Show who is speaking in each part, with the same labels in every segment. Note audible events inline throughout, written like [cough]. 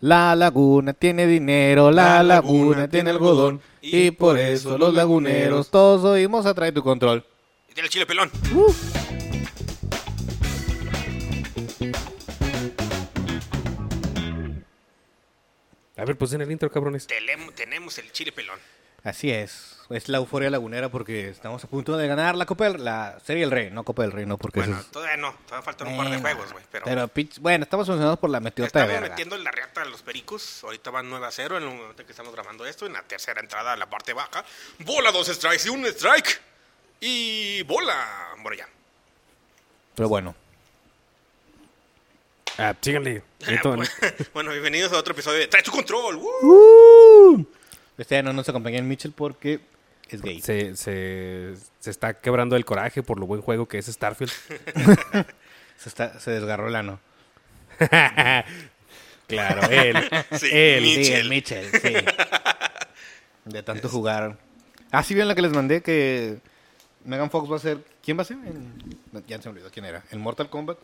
Speaker 1: La laguna tiene dinero, la laguna tiene algodón. Y por eso los laguneros todos oímos atrae tu control.
Speaker 2: Y tiene el chile pelón.
Speaker 3: A ver, pues en el intro, cabrones.
Speaker 2: Telem- tenemos el chile pelón.
Speaker 1: Así es, es la euforia lagunera porque estamos a punto de ganar la Copa del la Serie del Rey, no Copa del Rey, no porque
Speaker 2: Bueno,
Speaker 1: eso es-
Speaker 2: todavía no. Todavía faltan un par de
Speaker 1: Bueno,
Speaker 2: juegos, güey. Pero,
Speaker 1: pero pinche- bueno, estamos emocionados por la
Speaker 2: le
Speaker 1: metidota de
Speaker 2: estamos
Speaker 1: verga.
Speaker 2: metiendo en la reata a los pericos. Ahorita van 9 a 0 en el momento que estamos grabando esto. En la tercera entrada, en la parte baja. Bola, dos strikes y un strike. Y bola. Bueno, ya.
Speaker 1: Pero bueno,
Speaker 3: Ah, síganle.
Speaker 2: [laughs] pues.
Speaker 3: Entonces,
Speaker 2: bueno, bienvenidos a otro episodio de Trae tu control. Uh, ¡Woo!
Speaker 1: este año no nos acompaña en Mitchell porque es gay.
Speaker 3: se, se, se está quebrando el coraje por lo buen juego que
Speaker 2: [laughs]
Speaker 3: es Starfield.
Speaker 1: Se, está- se desgarró el ano.
Speaker 3: claro, [laughs] él.
Speaker 2: Sí,
Speaker 3: él.
Speaker 2: mi-
Speaker 1: Sí, Uh, el Mitchell, [laughs] sí. De tanto jugar. Ah, sí, vieron la que les mandé que Megan Fox va a ser. ¿Quién va a ser? En- no, Ya se me olvidó quién era. ¿En Mortal Kombat?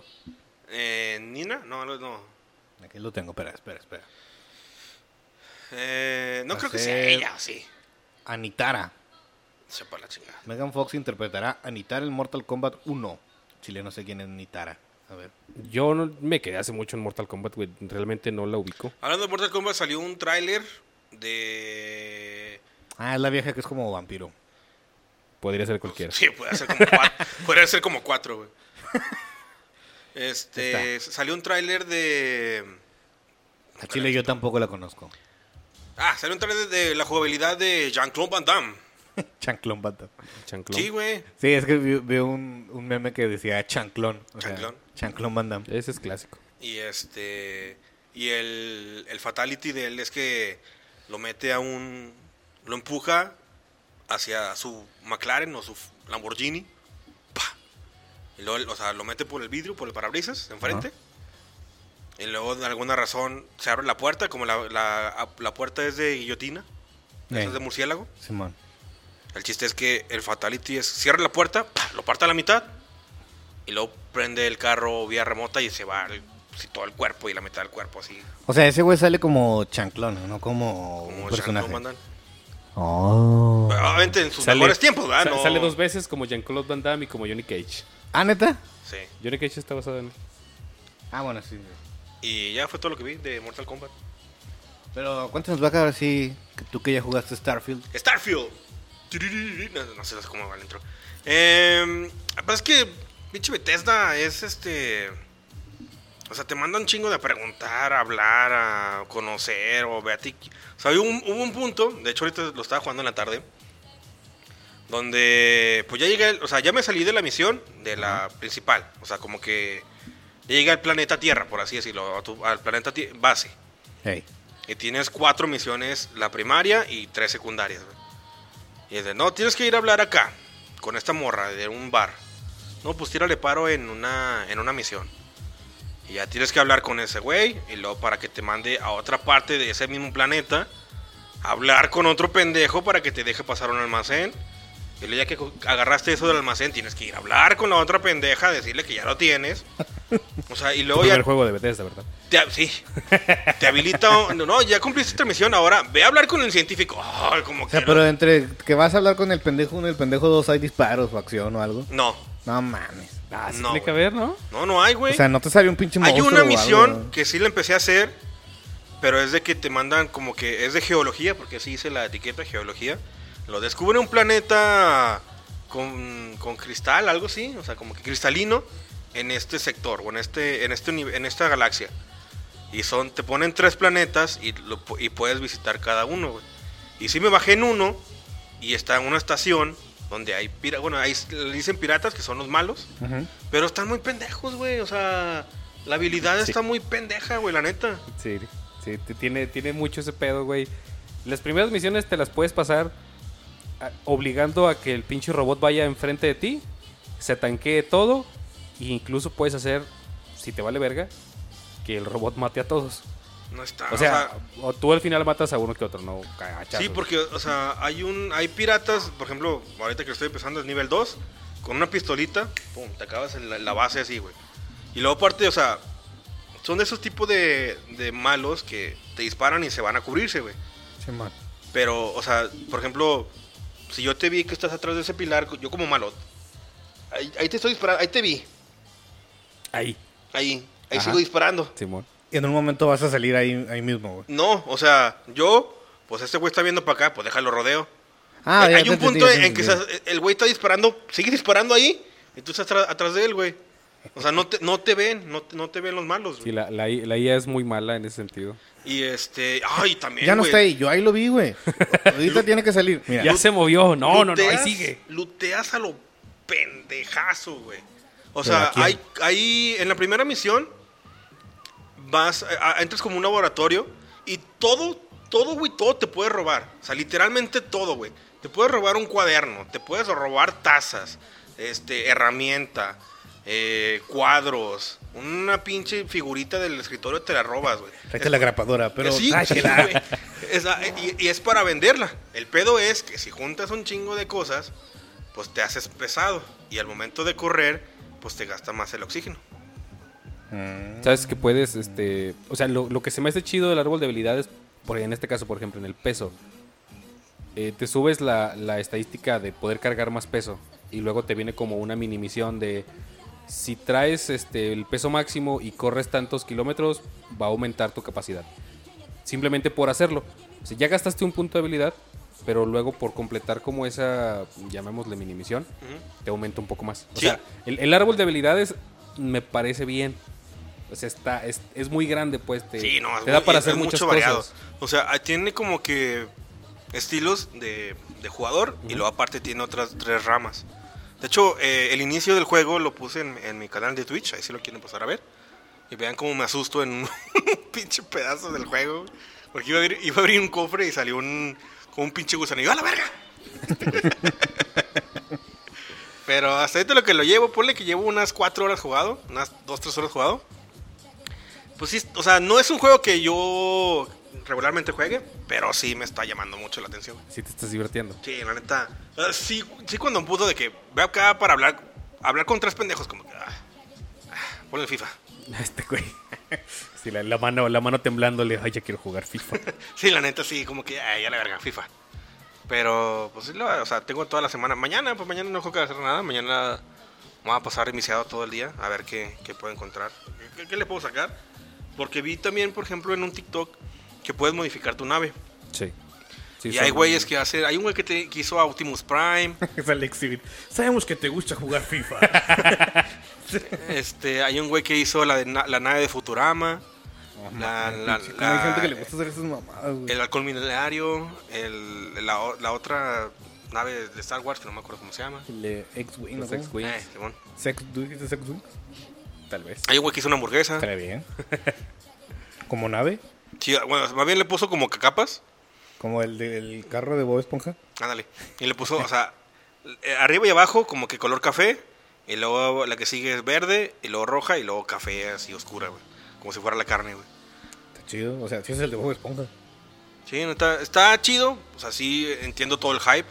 Speaker 2: Eh, ¿Nina? No, no, no.
Speaker 1: Aquí lo tengo, espera, espera, espera.
Speaker 2: Eh, no
Speaker 1: Va a
Speaker 2: creo que sea
Speaker 1: ser-
Speaker 2: ella, sí.
Speaker 1: Anitara.
Speaker 2: Sepa la chingada.
Speaker 1: Megan Fox interpretará a Anitara en Mortal Kombat 1. Chile, no sé quién es Anitara. A ver.
Speaker 3: Yo no, me quedé hace mucho en Mortal Kombat, güey. Realmente no la ubico.
Speaker 2: Hablando de Mortal Kombat, salió un tráiler de...
Speaker 1: Ah, es la vieja que es como vampiro.
Speaker 3: Podría ser cualquiera.
Speaker 2: Sí, puede ser como cuatro. puede ser como cuatro, güey. Este, salió un tráiler de...
Speaker 1: A Chile yo tampoco la conozco.
Speaker 2: Ah, salió un tráiler de la jugabilidad de Jean-Claude Van Damme.
Speaker 1: [laughs] Chanclón, vato.
Speaker 3: Chanclón.
Speaker 2: Sí, güey.
Speaker 1: Sí, es que vi- veo un, un meme que decía chanclón. o sea,
Speaker 2: Chanclón.
Speaker 1: chanclón Van Damme.
Speaker 3: Ese es clásico.
Speaker 2: Y este... Y el, el fatality de él es que lo mete a un... Lo empuja hacia su McLaren o su Lamborghini. ¡Pa! Y luego, o sea, lo mete por el vidrio, por el parabrisas, enfrente. Y luego, de alguna razón, se abre la puerta, como la, la- la puerta es de guillotina, esa
Speaker 1: Eh,
Speaker 2: es de murciélago.
Speaker 1: Simón.
Speaker 2: El chiste es que el fatality es, cierra la puerta, ¡pa! lo parte a la mitad. Y luego prende el carro vía remota y se va el- sí, todo el cuerpo y la mitad del cuerpo, así.
Speaker 1: O sea, ese güey sale como chanclón, no como,
Speaker 2: Como
Speaker 1: Oh, un
Speaker 2: Jean-Claude
Speaker 1: personaje.
Speaker 2: Van Damme.
Speaker 1: Oh.
Speaker 2: Pero, Obviamente en sus mejores tiempos, ¿verdad?
Speaker 3: sa-
Speaker 2: Ah, No-
Speaker 3: Sale dos veces como Jean-Claude Van Damme y como Johnny Cage.
Speaker 1: ¿Ah, neta?
Speaker 2: Sí.
Speaker 3: Johnny Cage está basado en...
Speaker 1: Ah, bueno, sí.
Speaker 2: Y ya fue todo lo que vi de Mortal Kombat.
Speaker 1: Pero cuéntanos, va a acabar si tú que ya jugaste Starfield.
Speaker 2: Starfield. Tiririri. No, no sé cómo va el intro. Eh, es que pinche Bethesda es este... O sea, te manda un chingo de preguntar, a hablar, a conocer, o ve a ti. O sea, hubo un, hubo un punto, de hecho ahorita lo estaba jugando en la tarde, donde pues ya llegué, o sea, ya me salí de la misión, de la principal. O sea, como que ya llegué al planeta Tierra, por así decirlo, a tu- al planeta ti- base.
Speaker 1: Hey.
Speaker 2: Y tienes cuatro misiones, la primaria y tres secundarias. güey. Y es de, no, tienes que ir a hablar acá, con esta morra de un bar. No, pues tírale paro en una, en una misión. Y ya tienes que hablar con ese güey, y luego para que te mande a otra parte de ese mismo planeta, hablar con otro pendejo para que te deje pasar a un almacén. Y luego ya que co- agarraste eso del almacén, tienes que ir a hablar con la otra pendeja, decirle que ya lo tienes. O sea, y
Speaker 3: El
Speaker 2: luego ya...
Speaker 3: primer juego de Bethesda, ¿verdad?
Speaker 2: Te, ha- sí. Te habilita. un- No, no, ya cumpliste tu misión. Ahora ve a hablar con el científico. Ay, como
Speaker 1: O
Speaker 2: que.
Speaker 1: sea, pero entre que vas a hablar con el pendejo uno y el pendejo dos, hay disparos o acción o algo.
Speaker 2: No.
Speaker 1: No mames.
Speaker 3: Ah, sí
Speaker 2: No,
Speaker 3: tiene que
Speaker 2: güey.
Speaker 3: haber, ¿no?
Speaker 2: No, no hay,
Speaker 1: O
Speaker 2: güey.
Speaker 1: sea, no te sale un pinche
Speaker 2: hay
Speaker 1: monstruo o
Speaker 2: una
Speaker 1: algo,
Speaker 2: misión
Speaker 1: ¿no?
Speaker 2: que sí la empecé a hacer. Pero es de que te mandan como que. Es de geología, porque sí hice la etiqueta geología. Lo descubre un planeta con, con cristal, algo así. O sea, como que cristalino. En este sector, o en este, en este uni- en esta galaxia. Y son, te ponen tres planetas y, lo pu- y puedes visitar cada uno, güey. Y sí me bajé en uno y está en una estación donde hay piratas, bueno, ahí s- le dicen piratas que son los malos,
Speaker 1: Ujú.
Speaker 2: pero están muy pendejos, güey. O sea, la habilidad está muy pendeja, güey, la neta.
Speaker 3: Sí, sí, t- tiene, tiene mucho ese pedo, güey. Las primeras misiones te las puedes pasar a- obligando a que el pinche robot vaya enfrente de ti, se tanquee todo, e incluso puedes hacer, si te vale verga, que el robot mate a todos.
Speaker 2: No está.
Speaker 3: Ah, O sea, o tú al final matas a uno que otro, no cachas.
Speaker 2: sí, porque, o sea, hay un hay piratas, por ejemplo, ahorita que lo estoy empezando es nivel 2, con una pistolita, pum, te acabas en la, la base así, güey. Y luego aparte, o sea, Son de esos tipos de, de malos que te disparan y se van a cubrirse, güey.
Speaker 1: Simón.
Speaker 2: Pero, o sea, por ejemplo, si yo te vi que estás atrás de ese pilar, yo como malo, ahí, ahí te estoy disparando, ahí te vi,
Speaker 3: Ahí,
Speaker 2: ahí, ahí
Speaker 1: Ajá.
Speaker 2: sigo disparando.
Speaker 3: Simón.
Speaker 1: Y en un momento vas a salir ahí, ahí mismo, güey.
Speaker 2: No, o sea, yo, pues este güey está viendo para acá, pues déjalo rodeo.
Speaker 1: Ah,
Speaker 2: Eh,
Speaker 1: ya
Speaker 2: hay
Speaker 1: te
Speaker 2: un
Speaker 1: entendí,
Speaker 2: punto
Speaker 1: ya te
Speaker 2: en que
Speaker 1: entendí.
Speaker 2: estás- eh, el güey está disparando, sigue disparando ahí, y tú estás atrás, atrás de él, güey. O sea, no te, no te ven, no, te- no te ven los malos.
Speaker 3: Sí,
Speaker 2: güey.
Speaker 3: la, la, I- la IA es muy mala en ese sentido.
Speaker 2: Y este, ay, también.
Speaker 1: Ya no
Speaker 2: güey,
Speaker 1: está ahí, yo ahí lo vi, güey. Ahorita tiene que salir. Mira,
Speaker 3: Ya se movió. No, no, no, ahí
Speaker 2: luteas-
Speaker 3: sigue.
Speaker 2: Luteas a lo pendejazo, güey. O sea,
Speaker 1: ¿a quién?
Speaker 2: hay, hay- en la primera misión vas, eh, a- a- entras como un laboratorio y todo, todo, güey, todo te puede robar. O sea, literalmente todo, güey. Te puedes robar un cuaderno, te puedes robar tazas, este, herramienta, eh, cuadros, una pinche figurita del escritorio te la robas, güey.
Speaker 1: tráete la grapadora, pero Ah, [laughs]
Speaker 2: Sí,
Speaker 1: tráetela.
Speaker 2: sí, güey. Es la- y, y es para venderla. El pedo es que si juntas un chingo de cosas, pues te haces pesado. Y al momento de correr, pues te gasta más el oxígeno.
Speaker 1: Mm,
Speaker 3: Sabes que puedes, este... O sea, lo, lo que se me hace chido del árbol de habilidades, por, en este caso, por ejemplo, en el peso, eh, te subes la, la estadística de poder cargar más peso y luego te viene como una mini misión de... Si traes este, el peso máximo y corres tantos kilómetros, va a aumentar tu capacidad. Simplemente por hacerlo. O sea, ya gastaste un punto de habilidad, pero luego por completar como esa, llamémosle mini misión,
Speaker 2: Ujú.
Speaker 3: te aumenta un poco más. O
Speaker 2: Sí.
Speaker 3: sea, el, el árbol de habilidades me parece bien. O sea, está, es, es muy grande, pues. Te,
Speaker 2: Sí, no, es
Speaker 3: te da
Speaker 2: muy-
Speaker 3: para
Speaker 2: es-
Speaker 3: hacer
Speaker 2: es
Speaker 3: muchas
Speaker 2: mucho variado.
Speaker 3: cosas.
Speaker 2: O sea, ah, tiene como que estilos de, de jugador y luego aparte tiene otras tres ramas. De hecho, eh, el inicio del juego lo puse en, en mi canal de Twitch, ahí si lo quieren pasar a ver. Y vean cómo me asusto en un [laughs] pinche pedazo del juego. Porque iba a abrir, iba a abrir un cofre y salió un, como un pinche gusano. Y yo, ¡a la verga! [laughs] Pero hasta ahorita lo que lo llevo, ponle que llevo unas 4 horas jugado, unas 2-3 horas jugado. Pues sí, o sea, no es un juego que yo regularmente juegue, pero sí me está llamando mucho la atención.
Speaker 3: Si te estás divirtiendo. [laughs]
Speaker 2: Sí, la neta. ah, Sí, sí cuando me puto de que veo acá para hablar hablar con tres pendejos, como que. Ah, ah, ponle el FIFA.
Speaker 3: Este güey. Sí, la, la mano, la mano temblándole. Ay, ya quiero jugar FIFA.
Speaker 2: Sí, la neta, sí, como que. ay, ya la verga, FIFA. Pero, pues sí, lo- o sea, tengo toda la semana. Mañana, pues mañana no tengo que hacer nada. Mañana me voy a pasar iniciado todo el día a ver qué, qué puedo encontrar. ¿Qué- ¿Qué, qué le puedo sacar? Porque vi también, por ejemplo, en un TikTok que puedes modificar tu nave.
Speaker 3: Sí. Sí,
Speaker 2: y
Speaker 3: son-
Speaker 2: hay güeyes que hacen. Hay un güey que te quiso a
Speaker 1: [laughs]
Speaker 2: Optimus Prime.
Speaker 1: Es Alex Civil. Sabemos que te gusta jugar FIFA.
Speaker 2: este, hay un güey que hizo la, de na- la nave de Futurama. La, la-
Speaker 1: Como
Speaker 2: la-
Speaker 1: hay gente que le gusta hacer esas mamadas, güey.
Speaker 2: el alcohol milenario. el- la, o- la otra nave de Star Wars, que no me acuerdo cómo se llama.
Speaker 1: El de X-Wing, ¿no?
Speaker 3: Los ex-wings.
Speaker 2: Eh, Simón.
Speaker 1: Sex ¿tú dijiste Sex Wing?
Speaker 3: Tal vez.
Speaker 2: Hay un güey que hizo una hamburguesa.
Speaker 1: Estaría bien. ¿Como nave?
Speaker 2: Sí, bueno, más bien le puso como que capas.
Speaker 1: ¿Como el del carro de Bob Esponja?
Speaker 2: Ándale. Y le puso, o sea, [laughs] eh, arriba y abajo como que color café. Y luego la que sigue es verde. Y luego roja. Y luego café así oscura, güey. Como si fuera la carne, güey.
Speaker 1: Está chido. O sea, si es el de Bob Esponja.
Speaker 2: Sí, no, está, está chido. O sea, sí entiendo todo el hype.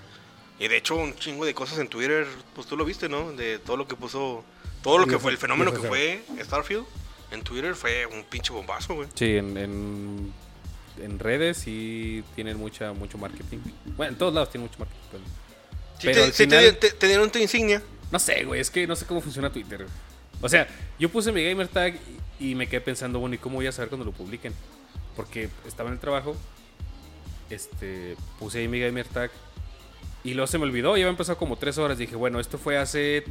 Speaker 2: Y de hecho, un chingo de cosas en Twitter, pues tú lo viste, ¿no? De todo lo que puso. Todo lo
Speaker 1: Sí,
Speaker 2: que
Speaker 1: yo
Speaker 2: fue,
Speaker 1: sé,
Speaker 2: el fenómeno
Speaker 1: yo
Speaker 2: que
Speaker 1: sé.
Speaker 2: fue Starfield en Twitter fue un pinche bombazo, güey.
Speaker 3: Sí, en, en, en redes sí tienen mucha, mucho marketing. Bueno, en todos lados tienen mucho marketing. pero-
Speaker 2: Sí,
Speaker 3: Pero
Speaker 2: te,
Speaker 3: al
Speaker 2: sí te-
Speaker 3: final-
Speaker 2: te- te dieron tu insignia.
Speaker 3: No sé, güey, es que no sé cómo funciona Twitter. güey. O sea, yo puse mi gamer tag y y me quedé pensando, bueno, ¿y cómo voy a saber cuando lo publiquen? Porque estaba en el trabajo, este, puse ahí mi gamer tag y luego se me olvidó, ya había empezado como tres horas. Dije, bueno, esto fue hace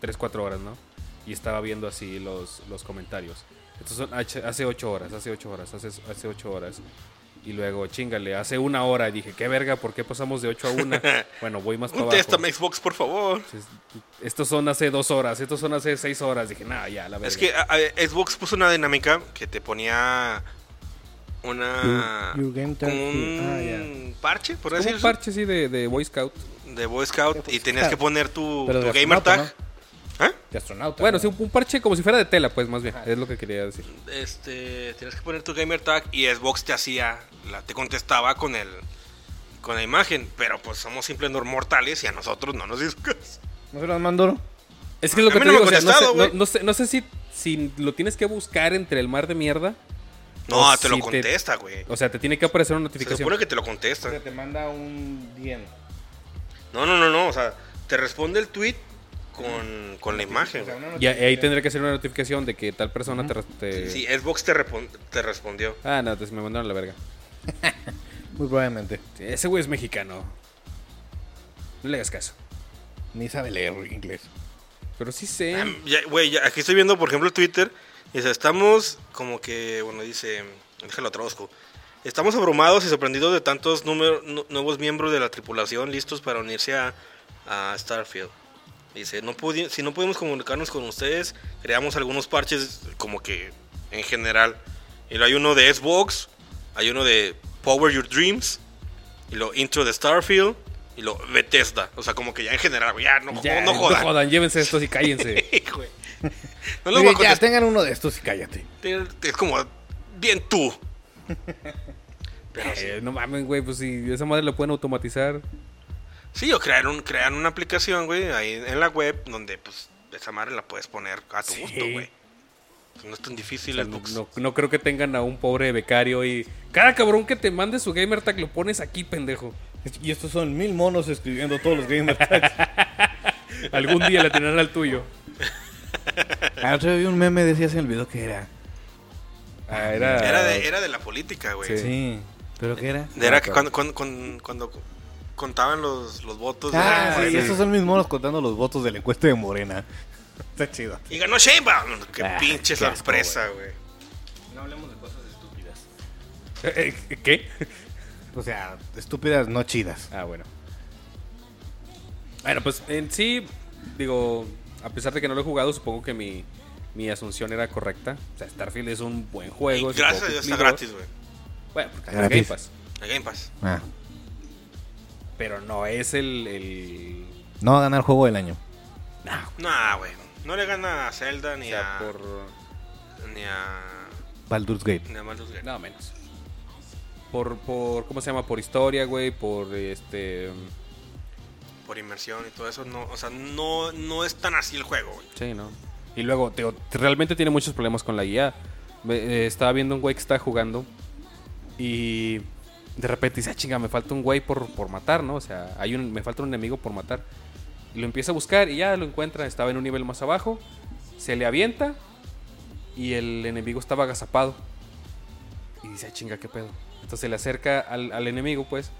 Speaker 3: tres, cuatro horas, ¿no? Y estaba viendo así los, los comentarios. Estos son hace hace ocho horas, hace ocho horas, hace, hace ocho horas. Y luego, chingale, hace una hora. Y dije, qué verga, ¿por qué pasamos de ocho a una? bueno, voy más para abajo.
Speaker 2: Contéstame, Xbox, por favor.
Speaker 3: Entonces, Estos son hace dos horas, estos son hace seis horas. Dije, nah, ya, la verdad.
Speaker 2: Es que a- a- Xbox puso una dinámica que te ponía una.
Speaker 1: Your- your game
Speaker 2: como
Speaker 1: tag,
Speaker 2: un parche, por
Speaker 3: Como
Speaker 2: decir
Speaker 3: un parche así de, de Boy Scout.
Speaker 2: de Boy Scout y tenías que poner tu,
Speaker 1: Pero
Speaker 2: tu
Speaker 1: de
Speaker 2: gamer
Speaker 1: astronauta,
Speaker 2: tag. ¿Eh?
Speaker 1: De astronauta.
Speaker 3: Bueno,
Speaker 1: ¿no?
Speaker 3: sí, un, un parche como si fuera de tela, pues, más bien. Es lo que quería decir.
Speaker 2: este, tenías que poner tu gamer tag y Xbox te hacía, la, te contestaba con el, con la imagen, pero pues somos simples nor- mortales y a nosotros no nos discas.
Speaker 1: ¿No se las mandó?
Speaker 3: Es que es lo
Speaker 2: A
Speaker 3: que
Speaker 2: mí
Speaker 3: te
Speaker 2: no me
Speaker 3: digo,
Speaker 2: ha
Speaker 3: o sea, no sé,
Speaker 2: contestado, güey.
Speaker 3: no- no sé- no sé si, si lo tienes que buscar entre el mar de mierda.
Speaker 2: No,
Speaker 3: o
Speaker 2: te lo
Speaker 3: si
Speaker 2: contesta, güey.
Speaker 3: O sea, te tiene que aparecer
Speaker 2: Se
Speaker 3: una notificación.
Speaker 2: supone que te lo contesta.
Speaker 1: te manda un DM.
Speaker 2: No, no, no, no. O sea, te responde el tweet con, con la imagen. güey.
Speaker 3: Y a- ahí tendría que ser una notificación de que tal persona te, res- te-
Speaker 2: Sí, Xbox te, repon- te respondió.
Speaker 3: Ah, no, entonces me mandaron a la verga.
Speaker 1: Muy probablemente.
Speaker 3: Sí, Ese güey es mexicano. No le hagas caso.
Speaker 1: Ni sabe leer güey, inglés.
Speaker 2: Pues
Speaker 3: Pero sí sé.
Speaker 2: Ah, ya, Güey, ya, aquí estoy viendo, por ejemplo, Twitter. Dice, estamos como que, bueno, dice, déjalo traduzco. Estamos abrumados y sorprendidos de tantos número- nu- nuevos miembros de la tripulación listos para unirse a, a Starfield. Dice, no pudi- si no pudimos comunicarnos con ustedes, creamos algunos parches como que en general. Y luego hay uno de Xbox, hay uno de Power Your Dreams, y lo Intro de Starfield, y lo Bethesda. O sea, como que ya en general, güey, ya no, jo-
Speaker 3: Ya,
Speaker 2: no jodan.
Speaker 3: llévense estos
Speaker 2: [laughs]
Speaker 3: y cállense.
Speaker 2: Hijo de- No lo
Speaker 1: Miren,
Speaker 2: voy a
Speaker 1: ya,
Speaker 2: contestar.
Speaker 1: tengan uno de estos y cállate.
Speaker 2: Es como, bien tú. Pero sí.
Speaker 3: Eh, no mames, güey, pues si esa madre lo pueden automatizar.
Speaker 2: Sí, o crear un, crear una aplicación, güey, ahí en la web, donde, pues, esa madre la puedes poner a tu
Speaker 3: Sí.
Speaker 2: gusto, güey. Pues, No es tan difícil
Speaker 3: O sea,
Speaker 2: Xbox.
Speaker 3: no, no creo que tengan a un pobre becario y cada cabrón que te mande su gamer tag lo pones aquí, pendejo.
Speaker 1: Y estos son mil monos escribiendo todos los [laughs] gamer
Speaker 3: Algún día le tendrán al tuyo.
Speaker 1: Ahora Ah, vi un meme, decía, se me olvidó que era.
Speaker 3: Ah, era,
Speaker 2: Era, de, era de la política, güey.
Speaker 3: Sí. Ah,
Speaker 1: Sí. ¿Pero qué era?
Speaker 2: De Era que cuando, cuando, cuando- cuando contaban los, los votos.
Speaker 1: Ah,
Speaker 2: era-
Speaker 1: sí, esos son mis monos contando los votos de la encuesta de Morena. Está chido.
Speaker 2: Y ganó Sheinbaum. Qué
Speaker 1: Ah,
Speaker 2: pinche
Speaker 1: qué asco,
Speaker 2: sorpresa, güey.
Speaker 1: No hablemos de cosas estúpidas.
Speaker 3: Eh, eh, ¿Qué?
Speaker 1: O sea, estúpidas no chidas.
Speaker 3: Ah, bueno. Bueno, pues en sí, digo, a pesar de que no lo he jugado, supongo que mi, mi asunción era correcta. O sea, Starfield es un buen
Speaker 2: Y
Speaker 3: juego.
Speaker 2: gracias a
Speaker 3: supongo que
Speaker 2: Dios está
Speaker 3: cumplidor.
Speaker 2: gratis, güey.
Speaker 3: Bueno, porque es
Speaker 1: Gratis.
Speaker 3: Game Pass.
Speaker 2: A Game Pass.
Speaker 1: Ah,
Speaker 3: Pero no es el. el...
Speaker 1: no va a ganar juego del año.
Speaker 3: Nah, güey.
Speaker 2: Nah, güey. No le gana a Zelda
Speaker 3: o
Speaker 2: ni
Speaker 3: sea,
Speaker 2: a.
Speaker 3: por.
Speaker 2: Ni a.
Speaker 1: Baldur's Gate.
Speaker 2: Ni a Baldur's Gate.
Speaker 3: Nada menos. Por, por. ¿Cómo se llama? Por historia, güey. Por este.
Speaker 2: Por inmersión y todo eso. No, o sea, no, no es tan así el juego, güey.
Speaker 3: Sí, ¿no? Y luego, te digo, realmente tiene muchos problemas con la guía. Me- eh, estaba viendo un güey que estaba jugando y de repente dice, ah, chinga, me falta un güey por, por matar, ¿no? O sea, hay un, me falta un enemigo por matar. Y lo empieza a buscar y ya lo encuentra, estaba en un nivel más abajo, se le avienta y el enemigo estaba agazapado. Y dice, ah, chinga, qué pedo. Entonces se le acerca al, al enemigo, pues.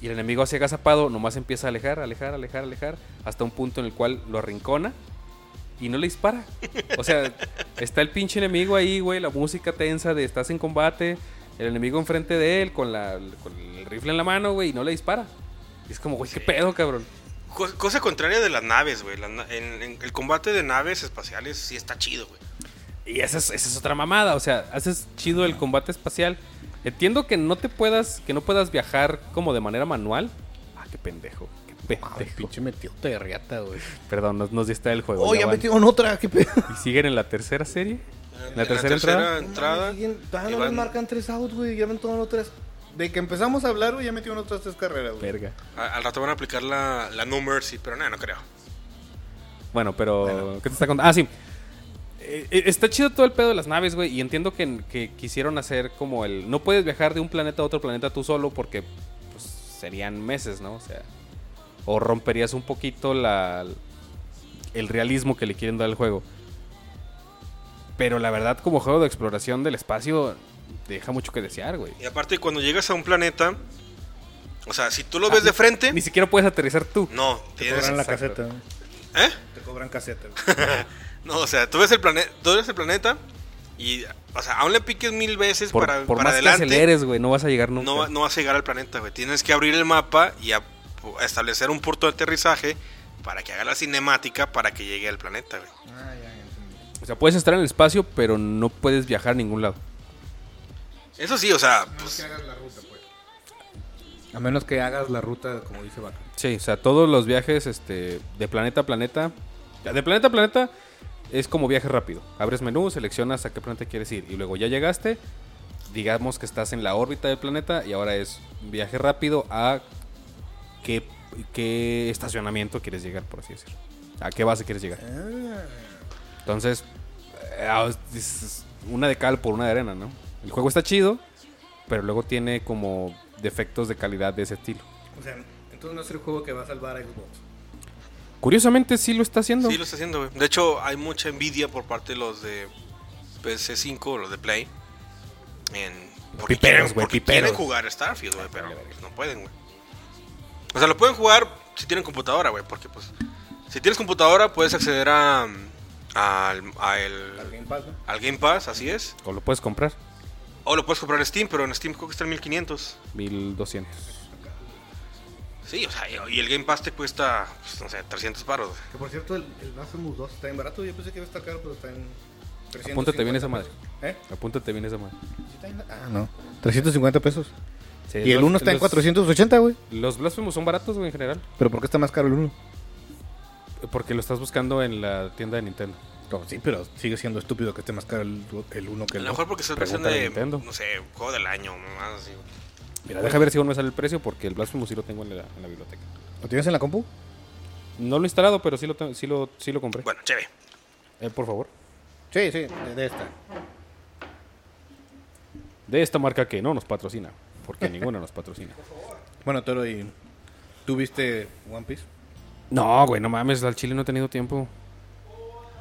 Speaker 3: Y el enemigo hacia agazapado, nomás empieza a alejar, alejar, alejar, alejar, hasta un punto en el cual lo arrincona y no le dispara. O sea, está el pinche enemigo ahí, güey, la música tensa de estás en combate, el enemigo enfrente de él con, la, con el rifle en la mano, güey, y no le dispara. Y es como, güey, qué pedo, cabrón.
Speaker 2: Co- cosa contraria de las naves, güey. Las na- en- en- el combate de naves espaciales sí está chido, güey.
Speaker 3: Y esa es, esa es otra mamada, o sea, haces chido el combate espacial. Entiendo que no te puedas, que no puedas viajar como de manera manual. Ah, qué pendejo, qué pendejo.
Speaker 1: metió de riata, güey.
Speaker 3: Perdón, nos, nos dista el juego.
Speaker 1: Oh,
Speaker 3: ya
Speaker 1: ya
Speaker 3: van.
Speaker 1: metieron otra, [laughs] qué pedo.
Speaker 3: Y siguen en la tercera serie. En la tercera entrada.
Speaker 2: entrada,
Speaker 1: Ah,
Speaker 2: y
Speaker 1: no
Speaker 2: van-
Speaker 1: les marcan tres outs, güey. Ya metieron otras. De que empezamos a hablar, güey, ya metieron otras tres carreras, güey.
Speaker 3: Verga.
Speaker 2: a- al rato van a aplicar la, la No Mercy, pero nada, no creo.
Speaker 3: Bueno, pero. ¿Qué te está contando? Ah, sí. Eh, eh, está chido todo el pedo de las naves, güey. Y entiendo que, que quisieron hacer como el. No puedes viajar de un planeta a otro planeta tú solo porque pues, serían meses, ¿no? O sea. O romperías un poquito la, el realismo que le quieren dar al juego. Pero la verdad, como juego de exploración del espacio, deja mucho que desear, güey.
Speaker 2: Y aparte, cuando llegas a un planeta, o sea, si tú lo ves de frente,
Speaker 3: Ah, Ni siquiera puedes aterrizar tú.
Speaker 2: no,
Speaker 1: Te
Speaker 2: tienes.
Speaker 1: cobran la
Speaker 3: Exacto.
Speaker 1: caseta. güey.
Speaker 2: ¿Eh?
Speaker 1: Te cobran caseta. güey.
Speaker 2: No, o sea, tú ves el planeta, tú ves el planeta y, o sea, aún le piques mil veces
Speaker 3: Por,
Speaker 2: para,
Speaker 3: por
Speaker 2: para
Speaker 3: más
Speaker 2: adelante,
Speaker 3: que aceleres, güey, no vas a llegar nunca.
Speaker 2: no, va- no vas a llegar al planeta, güey. Tienes que abrir el mapa y a- establecer un punto de aterrizaje para que haga la cinemática para que llegue al planeta, güey.
Speaker 1: Ah, ya, ya entendí.
Speaker 3: O sea, puedes estar en el espacio, pero no puedes viajar a ningún lado.
Speaker 2: Eso sí, o sea,
Speaker 1: A menos
Speaker 2: pues,
Speaker 1: que hagas la ruta, pues. [laughs] A menos que hagas la ruta, como dice Vaca.
Speaker 3: Sí, o sea, todos los viajes este, de planeta a planeta. De planeta a planeta es como viaje rápido. Abres menú, seleccionas a qué planeta quieres ir. Y luego ya llegaste. Digamos que estás en la órbita del planeta. Y ahora es viaje rápido a qué, qué estacionamiento quieres llegar, por así decirlo. A qué base quieres llegar. Entonces, ah, es- es una de cal por una de arena, ¿no? El juego está chido, pero luego tiene como defectos de calidad de ese estilo.
Speaker 4: O sea, entonces no es el juego que va a salvar a Xbox.
Speaker 3: Curiosamente sí lo está haciendo.
Speaker 2: Sí, lo está haciendo, güey. De hecho, hay mucha envidia por parte de los de PC5, los de Play. En, porque
Speaker 3: Piperos,
Speaker 2: quieren-
Speaker 3: güey,
Speaker 2: porque
Speaker 3: piperos.
Speaker 2: quieren jugar Starfield, güey, pero no pueden, güey. O sea, lo pueden jugar si tienen computadora, güey, porque pues... Si tienes computadora, puedes acceder a... mm, Al, a
Speaker 4: Al
Speaker 2: el-
Speaker 4: Game Pass, ¿no?
Speaker 2: al Game Pass, así es.
Speaker 3: O lo puedes comprar.
Speaker 2: O lo puedes comprar en Steam, pero en Steam creo que está en 1500.
Speaker 3: 1200.
Speaker 2: Sí, o sea, y y el Game Pass te cuesta, pues, no sé, 300 paros. güey.
Speaker 4: Que por cierto, el, el Blasphemous 2 está bien barato. Yo pensé que iba a estar caro, pero está en 350
Speaker 3: Apúntate bien esa madre.
Speaker 4: ¿Eh?
Speaker 3: Apúntate bien esa madre.
Speaker 4: Sí está en-
Speaker 1: Ah,
Speaker 4: ah,
Speaker 1: no. 350 pesos.
Speaker 3: Sí,
Speaker 1: y el
Speaker 3: los-
Speaker 1: 1 está en
Speaker 3: los-
Speaker 1: 480, güey.
Speaker 3: Los blasfemos son baratos, güey, en general.
Speaker 1: ¿Pero por qué está más caro el 1?
Speaker 3: Porque lo estás buscando en la tienda de Nintendo.
Speaker 1: sí, pero sigue siendo estúpido que esté más caro el 1 que
Speaker 2: A
Speaker 1: el
Speaker 2: lo
Speaker 1: 2.
Speaker 2: mejor porque es versión
Speaker 3: Pregúntale a
Speaker 2: de,
Speaker 3: Nintendo.
Speaker 2: no sé, juego del año, mamás así, güey.
Speaker 3: Mira, deja ver si aún me sale el precio porque el Blasphemous sí lo tengo en la, en la biblioteca.
Speaker 1: ¿Lo tienes en la compu?
Speaker 3: No lo he instalado, pero sí lo, tengo- sí lo, sí lo compré.
Speaker 2: Bueno, chévere.
Speaker 3: Eh, por favor.
Speaker 1: Sí, sí, de, de esta.
Speaker 3: De esta marca que no nos patrocina. [laughs] Porque ninguna nos patrocina.
Speaker 1: Bueno, Toro, ¿y tú viste One Piece?
Speaker 3: No, güey, no mames. Al chile no he tenido tiempo.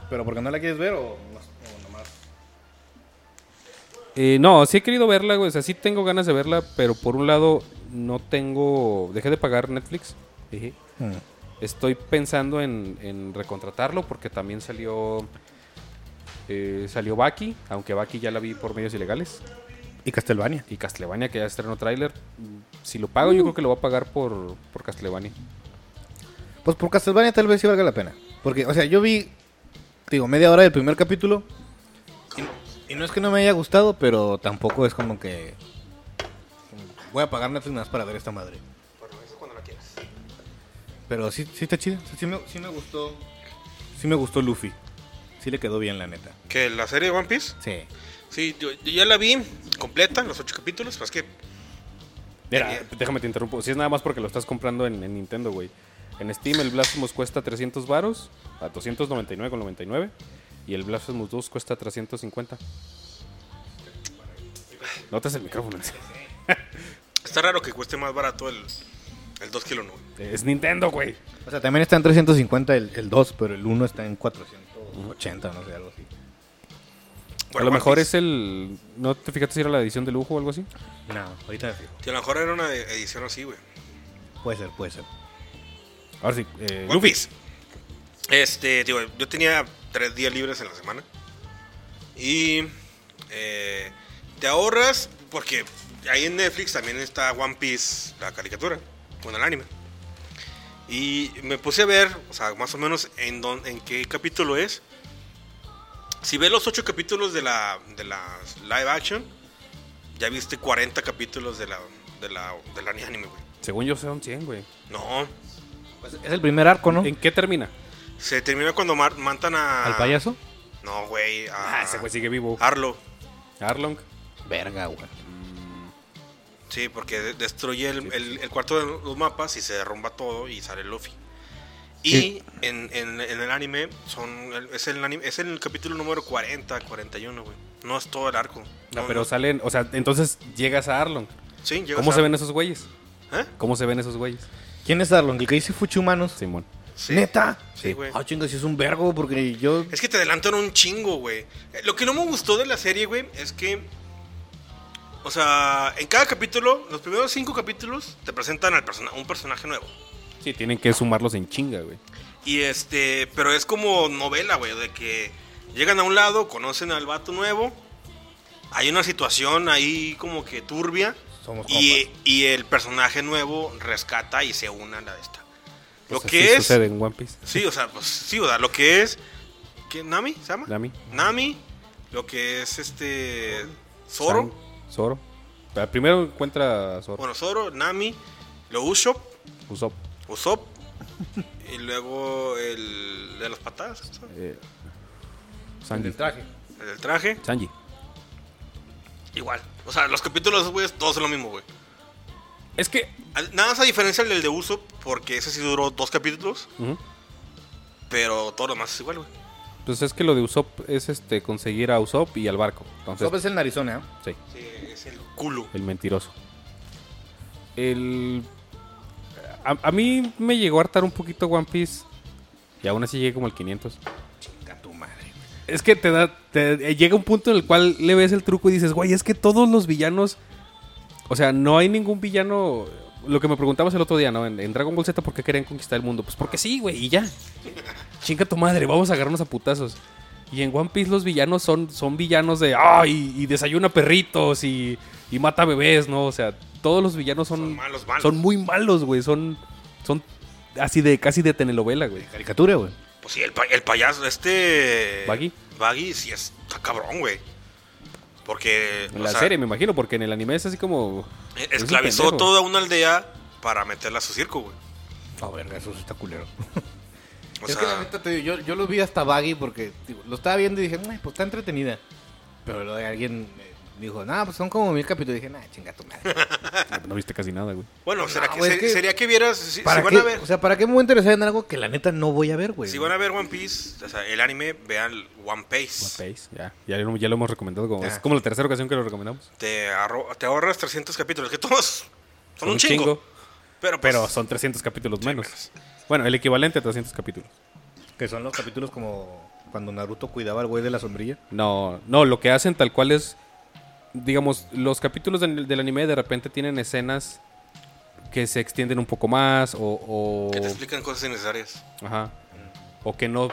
Speaker 1: ¿Pero porque no la quieres ver o, no- o nomás?
Speaker 3: Eh, no, sí he querido verla, güey. O sea, sí tengo ganas de verla, pero por un lado no tengo... Dejé de pagar Netflix. Dije,
Speaker 1: Mm.
Speaker 3: Estoy pensando en, en recontratarlo porque también salió... eh, salió Baki, aunque Baki ya la vi por medios ilegales.
Speaker 1: Y Castlevania.
Speaker 3: Y Castlevania, que ya estrenó tráiler. Mm, Si lo pago, yo creo que lo voy a pagar por, por Castlevania.
Speaker 1: Pues por Castlevania tal vez sí valga la pena. Porque, o sea, yo vi, digo, media hora del primer capítulo. Y, y no es que no me haya gustado, pero tampoco es como que. Voy a pagar Netflix nada más para ver esta madre. Pero sí, sí está chida. Sí, sí me, sí me gustó. Sí me gustó Luffy. Sí le quedó bien, la neta.
Speaker 2: ¿Que la serie de One Piece?
Speaker 1: Sí.
Speaker 2: Sí, yo, yo ya la vi completa, los ocho capítulos. Pues que
Speaker 3: Mira, déjame te interrumpo. Si es nada más porque lo estás comprando en, en Nintendo, güey. En Steam el Blasphemous cuesta 300 varos, a 299,99. Y el Blasphemous 2 cuesta 350. Notas el micrófono. [laughs]
Speaker 2: está raro que cueste más barato el, el 2 kilo 9.
Speaker 3: Es Nintendo, güey.
Speaker 1: O sea, también está en 350 el, el 2, pero el 1 está en 480, no sé, algo así.
Speaker 3: a lo mejor es el... ¿No te fijaste si era la edición de lujo o algo así?
Speaker 1: No, ahorita me fijo.
Speaker 2: a lo mejor era una de- edición así, güey.
Speaker 1: Puede ser, puede ser.
Speaker 3: Ahora sí. eh,
Speaker 2: One Piece. Este, digo, yo tenía tres días libres en la semana. Y eh, te ahorras porque ahí en Netflix también está One Piece, la caricatura, con el anime. Y me puse a ver, o sea, más o menos en, dónde- en qué capítulo es. Si ves los ocho capítulos de la, de la live action, ya viste 40 capítulos de la, de la, del anime, güey.
Speaker 3: según yo son 100, güey.
Speaker 2: No,
Speaker 1: Pues es el primer arco, ¿no?
Speaker 3: ¿En qué termina?
Speaker 2: se termina cuando mar- matan a...
Speaker 1: ¿Al payaso?
Speaker 2: No, güey. A...
Speaker 3: Ah, ese güey sigue vivo.
Speaker 2: Arlo.
Speaker 3: Arlong.
Speaker 1: Verga, güey.
Speaker 2: Sí, porque de- destruye el, el- el cuarto de los mapas y se derrumba todo y sale Luffy. Y
Speaker 1: Sí.
Speaker 2: en, en- en el anime son el- es el anime, es el capítulo número 40, 41, güey. No es todo el arco.
Speaker 3: No,
Speaker 2: No,
Speaker 3: Ah, pero
Speaker 2: no.
Speaker 3: salen... O sea, entonces llegas a Arlong.
Speaker 2: Sí, llegas
Speaker 3: ¿Cómo
Speaker 2: a-
Speaker 3: se ven esos güeyes?
Speaker 2: ¿Eh?
Speaker 3: ¿Cómo se ven esos güeyes?
Speaker 1: ¿Quién es Arlon? ¿El que dice Fuchumanos?
Speaker 3: Simón.
Speaker 2: Sí.
Speaker 1: ¿Neta?
Speaker 2: Sí, güey.
Speaker 1: Ah, chinga, si es un vergo, porque yo...
Speaker 2: Es que te adelantan un chingo, güey. Eh, Lo que no me gustó de la serie, güey, es que. O sea, en cada capítulo, los primeros cinco capítulos, te presentan al persona- un personaje nuevo.
Speaker 3: Sí, tienen que sumarlos en chinga, güey.
Speaker 2: Y este, pero es como novela, güey, de que llegan a un lado, conocen al vato nuevo, hay una situación ahí como que turbia,
Speaker 1: Somos
Speaker 2: y, y el personaje nuevo rescata y se une a la de esta. Lo
Speaker 3: Pues Así
Speaker 2: que es,
Speaker 3: sucede en One Piece.
Speaker 2: sí, o sea, pues sí, o sea, lo que es, ¿qué, ¿Nami se llama?
Speaker 3: Nami.
Speaker 2: Nami, lo que es este, Zoro,
Speaker 3: Sang- Zoro. Ah, Primero encuentra a Zoro.
Speaker 2: bueno, Zoro, Nami, lo Usopp,
Speaker 3: Usopp.
Speaker 2: Usopp, y luego el de las patadas, ¿cómo se llama?
Speaker 3: Eh,
Speaker 4: el
Speaker 3: Sanji.
Speaker 4: del traje.
Speaker 2: el del traje.
Speaker 3: Sanji.
Speaker 2: Igual. O sea, los capítulos de esos güeyes todos son lo mismo, güey.
Speaker 3: Es que...
Speaker 2: Al- Nada más a diferencia del de Uso, porque ese sí duró dos capítulos,
Speaker 3: Ujú.
Speaker 2: pero todo lo demás es igual, güey.
Speaker 3: Pues es que lo de Usopp es este conseguir a Usopp y al barco. Entonces,
Speaker 1: Usopp es el narizón, ¿eh?
Speaker 3: sí,
Speaker 2: Sí, es el culo.
Speaker 3: el mentiroso. El... A, a mí me llegó a hartar un poquito One Piece y aún así llegué como al 500.
Speaker 1: Chinga tu madre.
Speaker 3: Es que te da, te- eh, llega un punto en el cual le ves el truco y dices, güey, es que todos los villanos, o sea, no hay ningún villano. Lo que me preguntabas el otro día, ¿no? En, en Dragon Ball Z, ¿por qué querían conquistar el mundo? Pues porque sí, güey, y ya. [laughs] Chinga tu madre, vamos a agarrarnos a putazos. Y en One Piece los villanos son, son villanos de, ay, y desayuna perritos y, y mata bebés, ¿no? O sea, todos los villanos son,
Speaker 2: Son malos, malos.
Speaker 3: son muy malos, güey. Son, son así de, casi de telenovela, güey.
Speaker 1: Caricatura, güey.
Speaker 2: Pues sí, el, pa- el payaso, este.
Speaker 3: ¿Buggy?
Speaker 2: Baggy, sí, es- está cabrón, güey. Porque.
Speaker 3: En
Speaker 2: o
Speaker 3: la
Speaker 2: sea,
Speaker 3: serie, me imagino, porque en el anime es así como...
Speaker 2: e-
Speaker 3: es un
Speaker 2: Esclavizó
Speaker 3: pendejo.
Speaker 2: toda una aldea para meterla a su circo, güey.
Speaker 1: No, verga, eso sí está culero.
Speaker 2: O
Speaker 1: es
Speaker 2: sea,
Speaker 1: que la neta te digo, yo, yo lo vi hasta baggy porque digo, lo estaba viendo y dije, "Meh, pues está entretenida. Pero luego alguien eh, dijo, no, pues son como mil capítulos. Y dije, nah, chinga tu madre.
Speaker 3: Ah, No viste casi nada, güey.
Speaker 2: bueno, ¿será,
Speaker 1: No,
Speaker 2: que,
Speaker 1: güey,
Speaker 2: ser-
Speaker 1: es que-
Speaker 2: sería que vieras. Si, si
Speaker 1: ¿Para
Speaker 2: van
Speaker 1: qué?
Speaker 2: a ver.
Speaker 1: O sea, ¿para qué me voy a interesar en algo que la neta no voy a ver, güey?
Speaker 2: si van a ver One Piece, o sea, el anime, vean One Piece.
Speaker 3: One Piece, ya. Ya lo, ya lo hemos recomendado. Como,
Speaker 1: Ya.
Speaker 3: Es como la tercera ocasión que lo recomendamos.
Speaker 2: Te, arro- te ahorras 300 capítulos, que todos son, un, chingo. Pero, pues,
Speaker 3: Pero son 300 capítulos menos. Bueno, el equivalente a 300 capítulos.
Speaker 1: Que son los capítulos como cuando Naruto cuidaba al güey de la sombrilla.
Speaker 3: No, no, lo que hacen tal cual es. Digamos, los capítulos del, del anime de repente tienen escenas que se extienden un poco más o. o-
Speaker 2: que te explican cosas innecesarias.
Speaker 3: Ajá. O que no.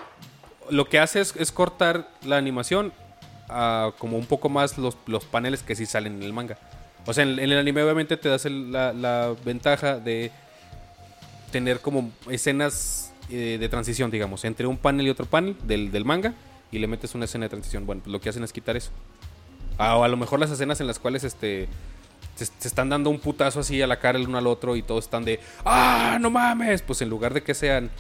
Speaker 3: Lo que hace es, es cortar la animación a como un poco más los, los paneles que sí salen en el manga. O sea, en, en el anime obviamente te das el- la, la ventaja de tener como escenas eh, de transición, digamos, entre un panel y otro panel del, del manga y le metes una escena de transición. Bueno, pues lo que hacen es quitar eso. Ah, o a lo mejor las escenas en las cuales este se, se están dando un putazo así a la cara el uno al otro y todos están de ¡Ah, no mames! Pues en lugar de que sean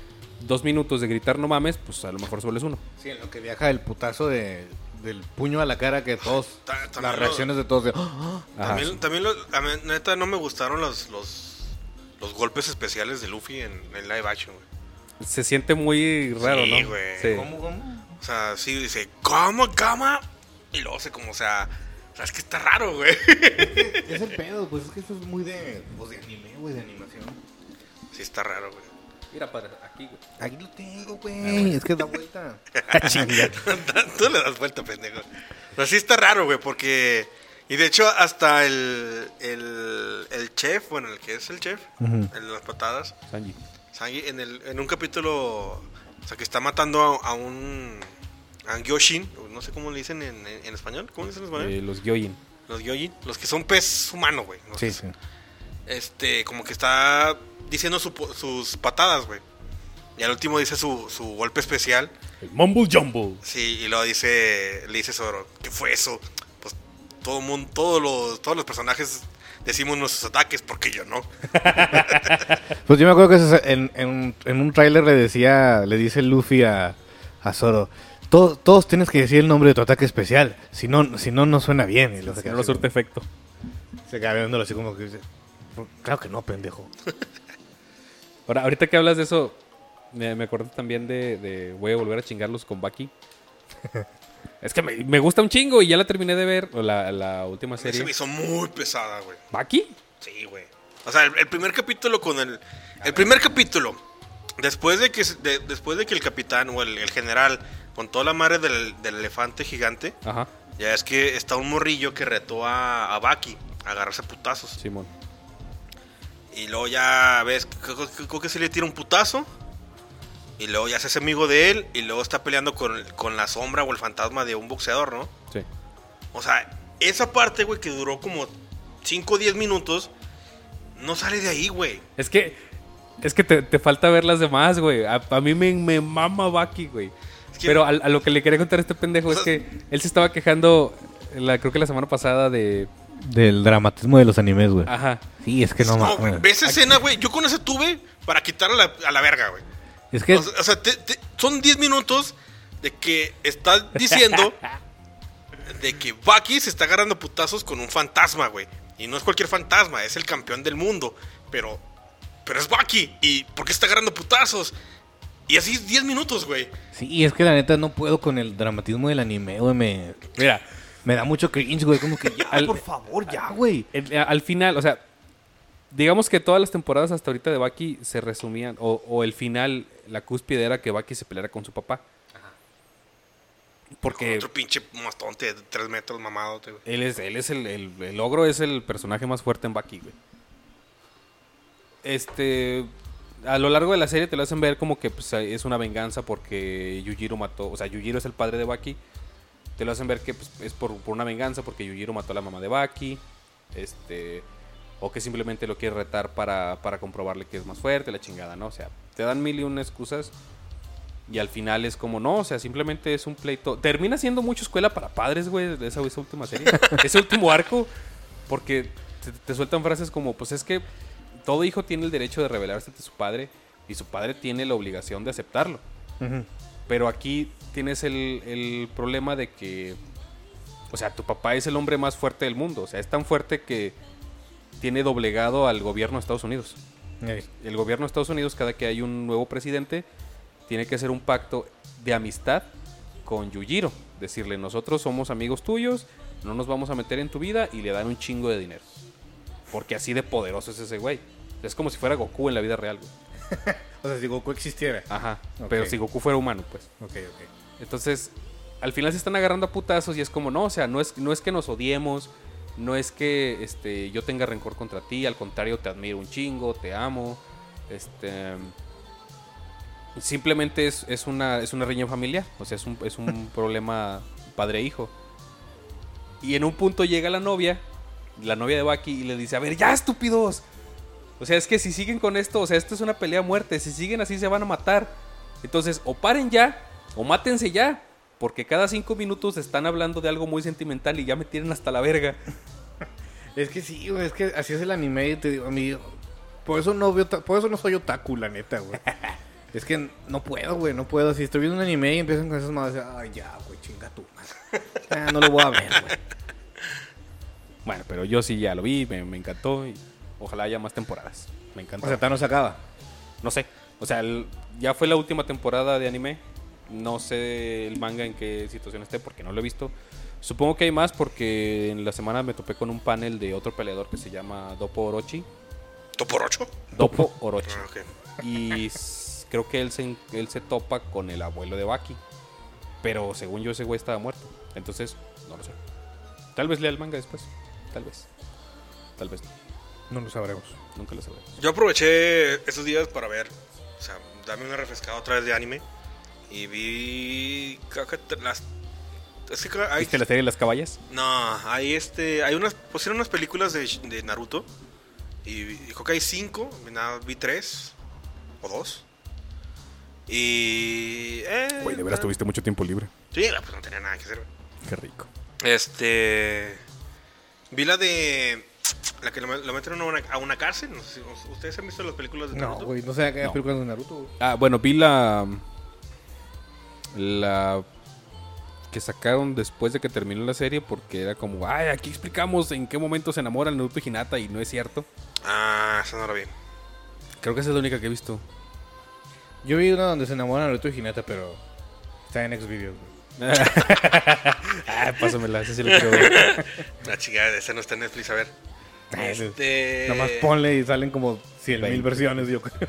Speaker 3: dos minutos de gritar no mames, pues a lo mejor solo es uno.
Speaker 1: Sí, en lo que viaja el putazo de, del puño a la cara que todos,
Speaker 2: Ta- también
Speaker 1: las
Speaker 2: lo-
Speaker 1: reacciones de todos de, "Ah, ah".
Speaker 3: Ajá.
Speaker 2: También, también lo- a mí, neta, no me gustaron los, los, los golpes especiales de Luffy en, en live action, güey.
Speaker 3: Se siente muy raro,
Speaker 2: Sí,
Speaker 3: ¿no?
Speaker 2: güey.
Speaker 3: Sí.
Speaker 1: ¿Cómo, cómo?
Speaker 2: O sea, sí, dice, ¿cómo, cama? Y luego se como, o sea, o sea, es que está raro, güey. [laughs]
Speaker 1: Es el pedo, pues es que eso es muy de, pues, de anime, güey, de animación.
Speaker 2: Sí, está raro, güey.
Speaker 3: Mira, padre, aquí, güey.
Speaker 1: Aquí lo tengo, güey, es que da vuelta.
Speaker 2: [laughs] Tú le das vuelta, pendejo. O sea, sí está raro, güey, porque... Y de hecho, hasta el, el, el chef, bueno, el que es el chef, el de las patadas,
Speaker 3: Sanji.
Speaker 2: Sanji, en, el, en un capítulo, o sea, que está matando a, a un... A un Gyoshin, o no sé cómo le dicen en, en- en español. ¿Cómo le dicen en español?
Speaker 3: Eh, los Gyojin.
Speaker 2: Los Gyojin, los que son pez humano, güey. Los
Speaker 1: Sí,
Speaker 2: que-
Speaker 1: sí.
Speaker 2: este, como que está diciendo su po- sus patadas, güey. Y al último dice su, su golpe especial.
Speaker 3: El Mumble Jumble.
Speaker 2: Sí, y luego dice, le dice Zoro, ¿qué fue eso? Pues todo mundo, todos los, todos los personajes decimos nuestros ataques, porque yo no.
Speaker 1: Pues yo me acuerdo que eso es- en, en- en un tráiler le decía, le dice Luffy a, a Zoro, "Todo- todos tienes que decir el nombre de tu ataque especial, si no, si no, no suena bien. Y lo se
Speaker 3: Si
Speaker 1: queda
Speaker 3: no lo
Speaker 1: así,
Speaker 3: surte efecto.
Speaker 1: Se queda viéndolo así como que dice, claro que no, pendejo.
Speaker 3: Ahora, ahorita que hablas de eso, me, me acordé también de, de- Voy a volver a chingarlos
Speaker 2: [laughs]
Speaker 3: con Baki. es que me, me gusta un chingo y ya la terminé de ver. o La, la última
Speaker 2: Se me
Speaker 3: serie.
Speaker 2: hizo muy pesada, güey.
Speaker 3: ¿Baki?
Speaker 2: Sí, güey. O sea, el, el primer capítulo con el. El primer capítulo. Después de que se- de- después de que el capitán o el, el general, con toda la madre del, del elefante gigante,
Speaker 3: Ajá,
Speaker 2: ya es que está un morrillo que retó a, a Baki a agarrarse a putazos.
Speaker 3: Simón.
Speaker 2: Y luego ya ves, creo, creo- creo que se le tira un putazo. Y luego ya se hace amigo de él. Y luego está peleando con, con la sombra o el fantasma de un boxeador, ¿no?
Speaker 3: Sí.
Speaker 2: O sea, esa parte, güey, que duró como 5 o 10 minutos, no sale de ahí, güey.
Speaker 3: Es que. Es que te, te falta ver las demás, güey. A, a mí me, me mama Baki, güey.
Speaker 2: que-
Speaker 3: Pero a, a lo que le quería contar a este pendejo es que él se estaba quejando, la, creo que la semana pasada, de.
Speaker 1: Del dramatismo de los animes, güey.
Speaker 3: Ajá.
Speaker 1: Sí, es que no
Speaker 2: No,
Speaker 1: mames.
Speaker 2: ve esa escena, güey. Yo con esa tuve para quitar a la, a la verga, güey.
Speaker 1: Es que
Speaker 2: O sea, o sea, te- te- son 10 minutos de que estás diciendo de que Bucky se está agarrando putazos con un fantasma, güey. Y no es cualquier fantasma, es el campeón del mundo. Pero, pero es Bucky. ¿Y por qué está agarrando putazos? Y así 10 minutos, güey.
Speaker 1: Sí, y es que la neta no puedo con el dramatismo del anime, güey. Me, mira, me da mucho cringe, güey. Como que [laughs] ya,
Speaker 3: Al-
Speaker 1: por favor, ya, güey.
Speaker 3: El- eh, al final, o sea, digamos que todas las temporadas hasta ahorita de Baki se resumían, o, o el final, la cúspide era que Baki se peleara con su papá.
Speaker 2: Con
Speaker 3: Porque
Speaker 2: otro pinche mastonte de 3 metros mamado, güey.
Speaker 3: él es, él es el, el, el ogro es el personaje más fuerte en Baki, güey. Este, a lo largo de la serie te lo hacen ver como que pues, es una venganza porque Yujiro mató, o sea, Yujiro es el padre de Baki. Te lo hacen ver que pues, es por, por una venganza porque Yujiro mató a la mamá de Baki. Este, o que simplemente lo quiere retar para, para comprobarle que es más fuerte, la chingada, ¿no? O sea, te dan mil y una excusas. Y al final es como, no, o sea, simplemente es un pleito. Termina siendo mucho escuela para padres, güey, de esa, esa última serie. ese último arco, porque te, te sueltan frases como, pues es que todo hijo tiene el derecho de rebelarse ante su padre y su padre tiene la obligación de aceptarlo. Pero aquí tienes el, el problema de que, o sea, tu papá es el hombre más fuerte del mundo. O sea, es tan fuerte que tiene doblegado al gobierno de Estados Unidos
Speaker 1: Ey.
Speaker 3: el gobierno de Estados Unidos, cada que hay un nuevo presidente, tiene que hacer un pacto de amistad con Yujiro. Decirle, nosotros somos amigos tuyos, no nos vamos a meter en tu vida y le dan un chingo de dinero. Porque así de poderoso es ese güey. Es como si fuera Goku en la vida real, güey.
Speaker 1: O sea, si Goku existiera.
Speaker 3: Ajá.
Speaker 1: Ok.
Speaker 3: Pero si Goku fuera humano, pues.
Speaker 1: Ok, ok.
Speaker 3: Entonces, al final se están agarrando a putazos y es como, no, o sea, no es, no es que nos odiemos, no es que este, yo tenga rencor contra ti, al contrario, te admiro un chingo, te amo. Este, simplemente es, es una, es una riña familiar, o sea, es un, es un problema padre-hijo. Y en un punto llega la novia, la novia de Baki, y le dice, a ver, ya estúpidos. O sea, es que si siguen con esto, o sea, esto es una pelea a muerte, si siguen así se van a matar. Entonces, o paren ya, o mátense ya, porque cada cinco minutos están hablando de algo muy sentimental y ya me tienen hasta la verga.
Speaker 1: Es que sí, güey, es que así es el anime y te digo, a mí. Por eso no veo, ta- por eso no soy otaku, la neta, [laughs] güey. es que no puedo, güey, no puedo. Si estoy viendo un anime y empiezan con esas madres, ay, ya, güey, chinga tú. Ah, no lo voy a ver, [laughs] güey.
Speaker 3: Bueno, pero yo sí ya lo vi, me, me encantó y ojalá haya más temporadas. Me encantó.
Speaker 1: O sea, Thanos acaba.
Speaker 3: no sé, o sea, el- ya fue la última temporada de anime. No sé el manga en qué situación esté porque no lo he visto. Supongo que hay más porque en la semana me topé con un panel de otro peleador que se llama Dopo Orochi.
Speaker 2: ¿Topor 8?
Speaker 3: Dopo Orochi.
Speaker 2: Ah, ok.
Speaker 3: Y s- creo que él se, en- él se topa con el abuelo de Baki. Pero según yo, ese güey estaba muerto. Entonces, no lo sé. Tal vez lea el manga después. Tal vez. Tal vez no.
Speaker 1: No lo sabremos.
Speaker 3: Nunca lo sabremos.
Speaker 2: Yo aproveché esos días para ver, o sea, dame una refrescada otra vez de anime. Y vi. creo que te- Las, es que creo- hay,
Speaker 3: ¿Viste la serie de las caballas?
Speaker 2: No, hay este. Hay unas. Pusieron unas películas de, de Naruto. Y vi- creo que hay cinco. Nada, vi tres. O dos. Y. Eh, eh,
Speaker 3: mucho tiempo libre.
Speaker 2: Sí, pues no tenía nada que hacer.
Speaker 3: Qué rico.
Speaker 2: Este. Vi la de. La que lo, met- lo meten a una, a una cárcel. No sé si us- ustedes han visto las películas de
Speaker 1: No,
Speaker 2: Naruto.
Speaker 1: güey, no sé qué
Speaker 3: No.
Speaker 1: películas de Naruto, güey.
Speaker 3: Ah, bueno, vi la. La. Que sacaron después de que terminó la serie porque era como, ay, aquí explicamos en qué momento se enamoran Naruto y Hinata y no es cierto.
Speaker 2: Ah, esa no la vi.
Speaker 3: Creo que esa es la única que he visto.
Speaker 1: Yo vi una donde se enamoran Naruto y Hinata, pero está en Xvideos, güey.
Speaker 3: ah, [laughs] pásamela, esa sí la quiero ver.
Speaker 2: La chica, esa no está en Netflix, a ver. Este.
Speaker 1: Nomás ponle y salen como 100 mil versiones, yo creo.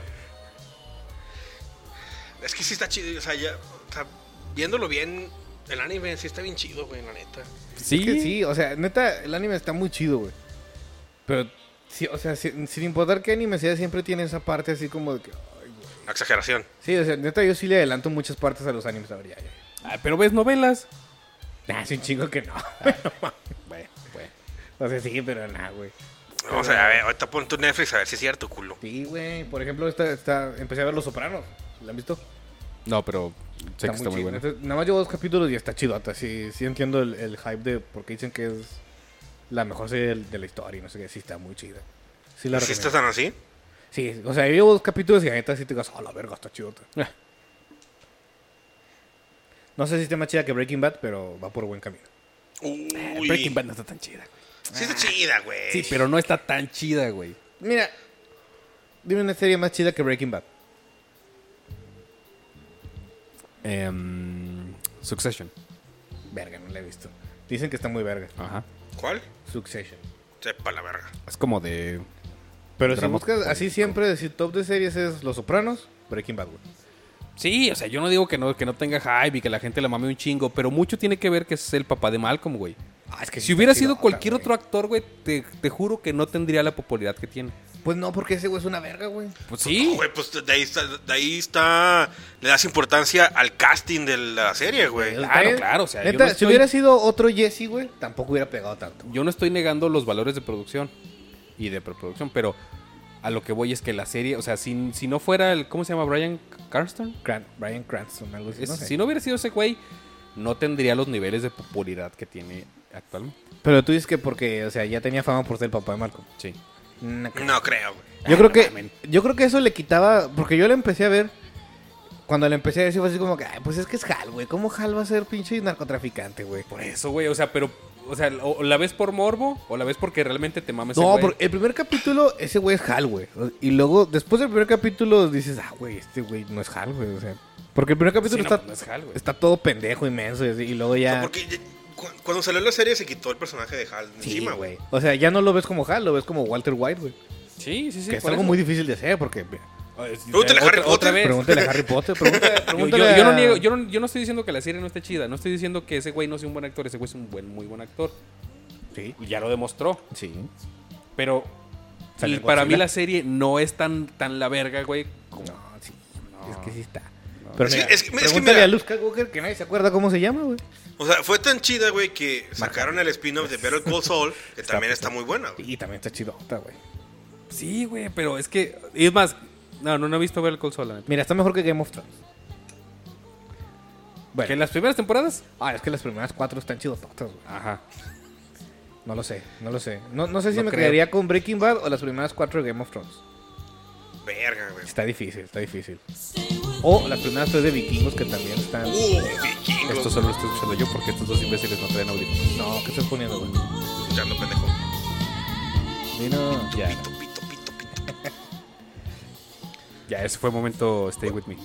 Speaker 2: Es que sí está chido, o sea, ya, o sea, viéndolo bien, el anime sí está bien chido, güey, la neta.
Speaker 3: Sí,
Speaker 1: Es que sí, o sea, neta, el anime está muy chido, güey. Pero, sí, o sea, sin, sin importar qué anime sea, siempre tiene esa parte así como de que... ay, güey.
Speaker 2: La exageración.
Speaker 1: Sí, o sea, neta, yo sí le adelanto muchas partes a los animes. A ver, ya, ya.
Speaker 3: Ah, pero ves novelas.
Speaker 1: Nah, es un chingo que no. [laughs]
Speaker 3: Bueno, bueno.
Speaker 1: o sea, sí, pero nada, güey.
Speaker 2: Vamos a ver, ahorita pon tu Netflix a ver si es cierto, culo.
Speaker 1: Sí, güey. Por ejemplo, esta, esta, empecé a ver Los Sopranos. ¿La han visto?
Speaker 3: No, pero sé que está muy
Speaker 1: chido.
Speaker 3: bueno.
Speaker 1: Entonces, nada más llevo dos capítulos y está chidota. Sí, sí entiendo el, el hype de por qué dicen que es la mejor serie del- de, la historia y no sé qué. Sí, está muy chida. Sí, la
Speaker 2: Pues
Speaker 1: recomiendo.
Speaker 2: ¿Sí estás tan así?
Speaker 1: Sí, o sea, yo llevo dos capítulos y la neta sí te digas, a la verga, está chidota. No sé si está más chida que Breaking Bad, pero va por buen camino.
Speaker 2: Uy.
Speaker 3: Eh, Breaking Bad no está tan chida, güey.
Speaker 2: Sí está chida, güey.
Speaker 3: Sí, pero no está tan chida, güey.
Speaker 1: Mira, dime una serie más chida que Breaking Bad.
Speaker 3: em, Succession.
Speaker 1: Verga, no la he visto. Dicen que está muy verga.
Speaker 3: Ajá.
Speaker 2: ¿Cuál?
Speaker 1: Succession.
Speaker 2: Sepa la verga.
Speaker 3: Es como de.
Speaker 1: Pero si
Speaker 3: Drama
Speaker 1: buscas así
Speaker 3: político.
Speaker 1: siempre, decir top de series es Los Sopranos, Breaking Bad, güey.
Speaker 3: Sí, o sea, yo no digo que no, que no tenga hype y que la gente la mame un chingo, pero mucho tiene que ver que es el papá de Malcolm, güey.
Speaker 1: Ah, es que
Speaker 3: Si hubiera sido cualquier otro actor, güey, te, te juro que no tendría la popularidad que tiene.
Speaker 1: Pues no, porque ese güey es una verga, güey.
Speaker 3: Pues sí.
Speaker 2: Güey, pues de ahí, está, de ahí está. Le das importancia al casting de la serie, güey.
Speaker 3: Claro, claro, o sea, yo
Speaker 1: Neta,
Speaker 3: no
Speaker 1: si
Speaker 3: estoy-
Speaker 1: hubiera sido otro Jesse, güey, tampoco hubiera pegado tanto.
Speaker 3: Yo no estoy negando los valores de producción y de preproducción, pero a lo que voy es que la serie, o sea, si, si no fuera el. ¿Cómo se llama? Brian Carston.
Speaker 1: Cran- Bryan Cranston, algo así.
Speaker 3: Es-
Speaker 1: no sé.
Speaker 3: Si no hubiera sido ese güey, no tendría los niveles de popularidad que tiene actualmente.
Speaker 1: Pero tú dices que porque, o sea, ya tenía fama por ser el papá de Marco.
Speaker 3: Sí.
Speaker 1: No creo.
Speaker 2: No creo, güey.
Speaker 1: Yo creo que
Speaker 3: mamen.
Speaker 1: yo creo que eso le quitaba porque yo la empecé a ver cuando la empecé a ver sí fue así como que, ay, pues es que es Hal, güey. ¿Cómo Hal va a ser pinche narcotraficante, güey?
Speaker 3: Por eso, güey, o sea, pero. O sea, o o la ves por morbo o la ves porque realmente te mames.
Speaker 1: No, porque el primer capítulo, ese güey es Hal, güey. Y luego, después del primer capítulo, dices, ah, güey, este güey no es Hal, güey. O sea, porque el primer capítulo
Speaker 3: no,
Speaker 1: está,
Speaker 3: pues no es Hal, güey.
Speaker 1: está todo pendejo, inmenso. Y, así, y luego
Speaker 2: No,
Speaker 1: ya.
Speaker 2: porque ya- cu- cuando salió la serie se quitó el personaje de Hal
Speaker 1: Sí,
Speaker 2: encima, güey.
Speaker 1: güey. O sea, ya no lo ves como Hal, lo ves como Walter White, güey.
Speaker 3: Sí, sí, sí.
Speaker 1: que es
Speaker 3: por
Speaker 1: algo
Speaker 3: eso.
Speaker 1: muy difícil de hacer, porque.
Speaker 3: Ah, es-
Speaker 2: Pregúntale a Harry
Speaker 3: otra, otra
Speaker 2: Potter.
Speaker 3: vez.
Speaker 1: Pregúntale
Speaker 3: [laughs]
Speaker 1: a Harry Potter, pregúntale,
Speaker 3: Yo,
Speaker 1: pregúntale
Speaker 3: yo- yo no
Speaker 1: a-
Speaker 3: niego- yo no- yo no estoy diciendo que la serie no esté chida, no estoy diciendo que ese güey no sea un buen actor, ese güey es un buen, muy buen actor.
Speaker 1: Sí,
Speaker 3: Ya lo demostró.
Speaker 1: sí.
Speaker 3: Pero
Speaker 1: Sale
Speaker 3: el- para mí
Speaker 1: Godzilla.
Speaker 3: la serie no es tan, tan la verga, güey. como-
Speaker 1: No, sí.
Speaker 3: No.
Speaker 1: Es que sí está. Pero
Speaker 2: Es que-
Speaker 1: mira,
Speaker 2: es que- es que
Speaker 1: pregúntale
Speaker 2: mira.
Speaker 1: a Luke Skywalker que nadie se acuerda cómo se llama, güey.
Speaker 2: O sea, fue tan chida, güey, que sacaron el spin-off de Better Call Saul, que también está muy buena, güey.
Speaker 1: Y también está chidota, güey.
Speaker 3: Sí, güey, pero es que. y Es más, no, no, no he visto ver el console, la neta.
Speaker 1: Mira, está mejor que Game of Thrones. Bueno.
Speaker 3: ¿Que en las primeras temporadas?
Speaker 1: Ah, es que las primeras cuatro están chidototas, güey.
Speaker 3: Ajá.
Speaker 1: No lo sé, no lo sé. No, no sé si
Speaker 3: No
Speaker 1: me
Speaker 3: creo.
Speaker 1: quedaría con Breaking Bad o las primeras cuatro de Game of Thrones.
Speaker 2: Verga, güey.
Speaker 1: Está difícil, está difícil. O las primeras tres de Vikingos que también están...
Speaker 2: Uh, vikingos.
Speaker 3: Esto solo lo estoy escuchando yo porque estos dos imbéciles no traen audífonos.
Speaker 1: No, ¿qué estás poniendo, güey?
Speaker 2: Escuchando, pendejo.
Speaker 1: Vino... Ya,
Speaker 2: Pito, pito, pito, pito.
Speaker 3: Ya, ese fue el momento Stay With Me.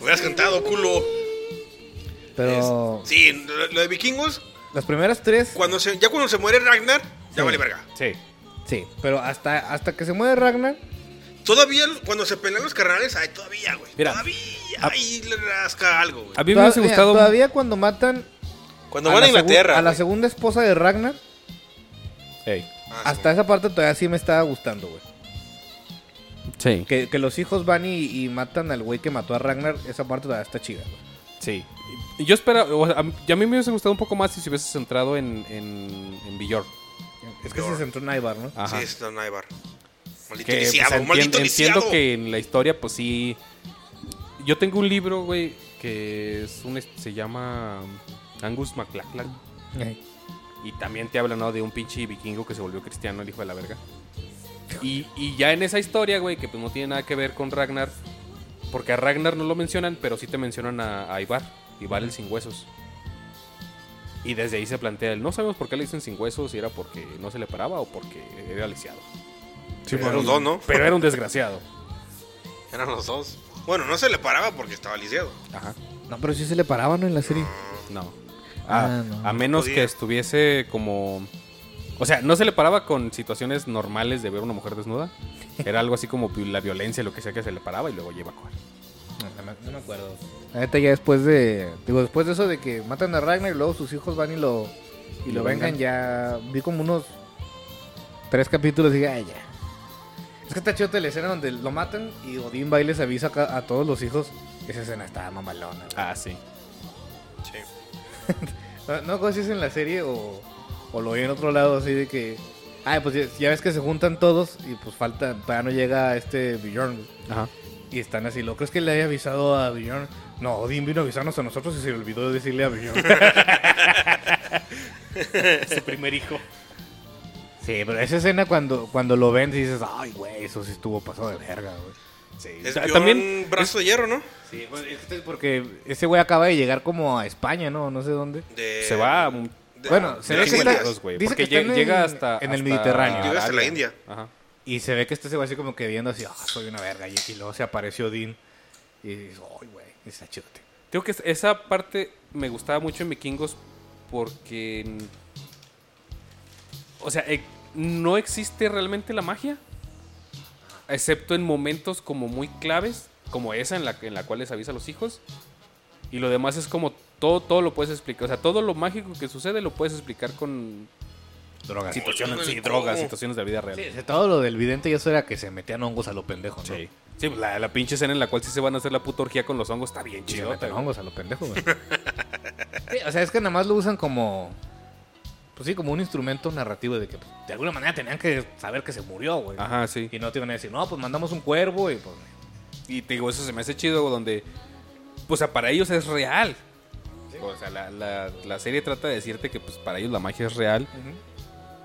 Speaker 2: Hubieras cantado, culo.
Speaker 1: pero...
Speaker 2: Sí, lo, lo de vikingos,
Speaker 1: Las primeras tres...
Speaker 2: cuando se, ya cuando se muere Ragnar,
Speaker 1: Sí.
Speaker 2: ya vale verga.
Speaker 3: Sí.
Speaker 1: Sí, pero hasta, hasta que se mueve Ragnar...
Speaker 2: Todavía cuando se pelean los carnales, ay, todavía, güey.
Speaker 3: Mira,
Speaker 2: Todavía,
Speaker 3: a-
Speaker 2: ahí le rasca algo, güey.
Speaker 3: A mí me hubiese
Speaker 1: Toda- mira,
Speaker 3: gustado.
Speaker 1: Todavía cuando matan...
Speaker 2: Cuando
Speaker 1: a
Speaker 2: van
Speaker 1: la
Speaker 2: a
Speaker 1: segun-
Speaker 2: Inglaterra.
Speaker 1: A la
Speaker 2: güey.
Speaker 1: segunda esposa de Ragnar...
Speaker 3: Ey.
Speaker 2: Ah, sí,
Speaker 1: Hasta esa parte todavía sí me estaba gustando, güey.
Speaker 3: Sí.
Speaker 1: Que, que los hijos van y, y matan al güey que mató a Ragnar, esa parte todavía está chida, güey.
Speaker 3: Sí. Y Yo esperaba. o sea, a mí a mí me hubiese gustado un poco más si se hubiese centrado en, en, en Villor.
Speaker 1: Es que se centró en Ibar, ¿no?
Speaker 3: Ajá.
Speaker 2: Sí, es Don Ivar. Maldito
Speaker 3: que pues,
Speaker 2: lisiado,
Speaker 3: entien-
Speaker 2: maldito
Speaker 3: entiendo
Speaker 2: lisiado.
Speaker 3: que en la historia, pues sí. Yo tengo un libro, güey, que es un, es- se llama Angus MacLachlan. Y también te habla, ¿no? De un pinche vikingo que se volvió cristiano, el hijo de la verga. Y, y ya en esa historia, güey, que pues no tiene nada que ver con Ragnar. Porque a Ragnar no lo mencionan, pero sí te mencionan a, a Ivar. Ivar el sin huesos. Y desde ahí se plantea el. No sabemos por qué le dicen sin huesos, si era porque no se le paraba o porque era lisiado.
Speaker 2: Eran pues, los dos, ¿no?
Speaker 3: [laughs] Pero era un desgraciado.
Speaker 2: Eran los dos. Bueno, no se le paraba porque estaba lisiado.
Speaker 3: Ajá.
Speaker 1: No, pero sí se le paraban en la serie.
Speaker 3: No.
Speaker 1: Ah,
Speaker 3: A,
Speaker 1: no.
Speaker 3: a menos
Speaker 2: Podía.
Speaker 3: que estuviese como. O sea, no se le paraba con situaciones normales de ver una mujer desnuda. Era algo así como vi- la violencia, lo que sea que se le paraba y luego lleva a coger.
Speaker 1: No, no me- no me acuerdo. La neta ya después de... Digo, después de eso de que matan a Ragnar y luego sus hijos van y lo... Y lo vengan, ya... Vi como unos... Tres capítulos y dije, ay, ya. Es que está chido la escena donde lo matan y Odín va y les avisa acá a todos los hijos. Esa escena estaba mamalona. güey.
Speaker 3: Ah, sí.
Speaker 2: Sí.
Speaker 1: No, Ah, no sé si es en la serie o, o lo vi en otro lado así de que... Ay, pues ya, ya ves que se juntan todos y pues falta... Todavía no llega este Bjorn. güey.
Speaker 3: Ajá.
Speaker 1: Y están así, ¿lo crees que le haya avisado a Bjorn? No, Odín vino a avisarnos a nosotros y se le olvidó decirle a Bjorn.
Speaker 3: Su primer hijo.
Speaker 1: sí, pero esa escena cuando, cuando lo ven dices, ay, güey, eso sí estuvo pasado de verga, güey.
Speaker 3: Sí.
Speaker 2: Es
Speaker 3: Ta-
Speaker 2: también
Speaker 3: Ah, También.
Speaker 2: brazo de hierro, ¿no?
Speaker 1: Sí, pues es que- porque ese güey acaba de llegar como a España, ¿no? No sé dónde.
Speaker 2: De-
Speaker 3: Se va a un-
Speaker 2: de-
Speaker 1: Bueno, se
Speaker 2: de
Speaker 1: ve
Speaker 2: las
Speaker 1: que está-
Speaker 2: Indias.
Speaker 3: Dos, güey,
Speaker 1: dice
Speaker 3: porque
Speaker 1: que
Speaker 3: lle-
Speaker 1: están en-
Speaker 3: llega hasta.
Speaker 1: en el
Speaker 3: hasta
Speaker 1: Mediterráneo.
Speaker 2: Llega hasta la
Speaker 3: Arabia.
Speaker 2: India.
Speaker 3: Ajá.
Speaker 1: Y se ve que este ese güey así como que viendo así, ah, soy una verga. Y, y luego se apareció Odín. Y dices, ay, güey. Y está chido, tío.
Speaker 3: Tengo que esa parte me gustaba mucho en Vikingos porque. O sea, eh, no existe realmente la magia. Excepto en momentos como muy claves, como esa en la, en la cual les avisa a los hijos. Y lo demás es como todo, todo lo puedes explicar. O sea, todo lo mágico que sucede lo puedes explicar con
Speaker 1: Drogas.
Speaker 3: situaciones,
Speaker 2: Híjole,
Speaker 3: sí, pues, drogas,
Speaker 2: ¿cómo?
Speaker 3: situaciones de la vida real.
Speaker 1: Sí, de todo lo del vidente y eso era que se metían hongos a lo pendejo, ¿no?
Speaker 3: Sí. Sí, pues, la, la pinche escena en la cual sí se van a hacer la puta orgía con los hongos está bien
Speaker 1: Y se
Speaker 3: chidota.
Speaker 1: meten
Speaker 3: güey.
Speaker 1: hongos a lo pendejo,
Speaker 3: [laughs]
Speaker 1: güey. Sí, o sea, es que nada más lo usan como. Pues sí, como un instrumento narrativo de que pues, de alguna manera tenían que saber que se murió, güey.
Speaker 3: Ajá, sí.
Speaker 1: Y no te iban a decir, no, pues mandamos un cuervo y pues.
Speaker 3: Y te digo, eso se me hace chido, güey, donde. O sea, para ellos es real. O sea, la, la- la serie trata de decirte que pues para ellos la magia es real.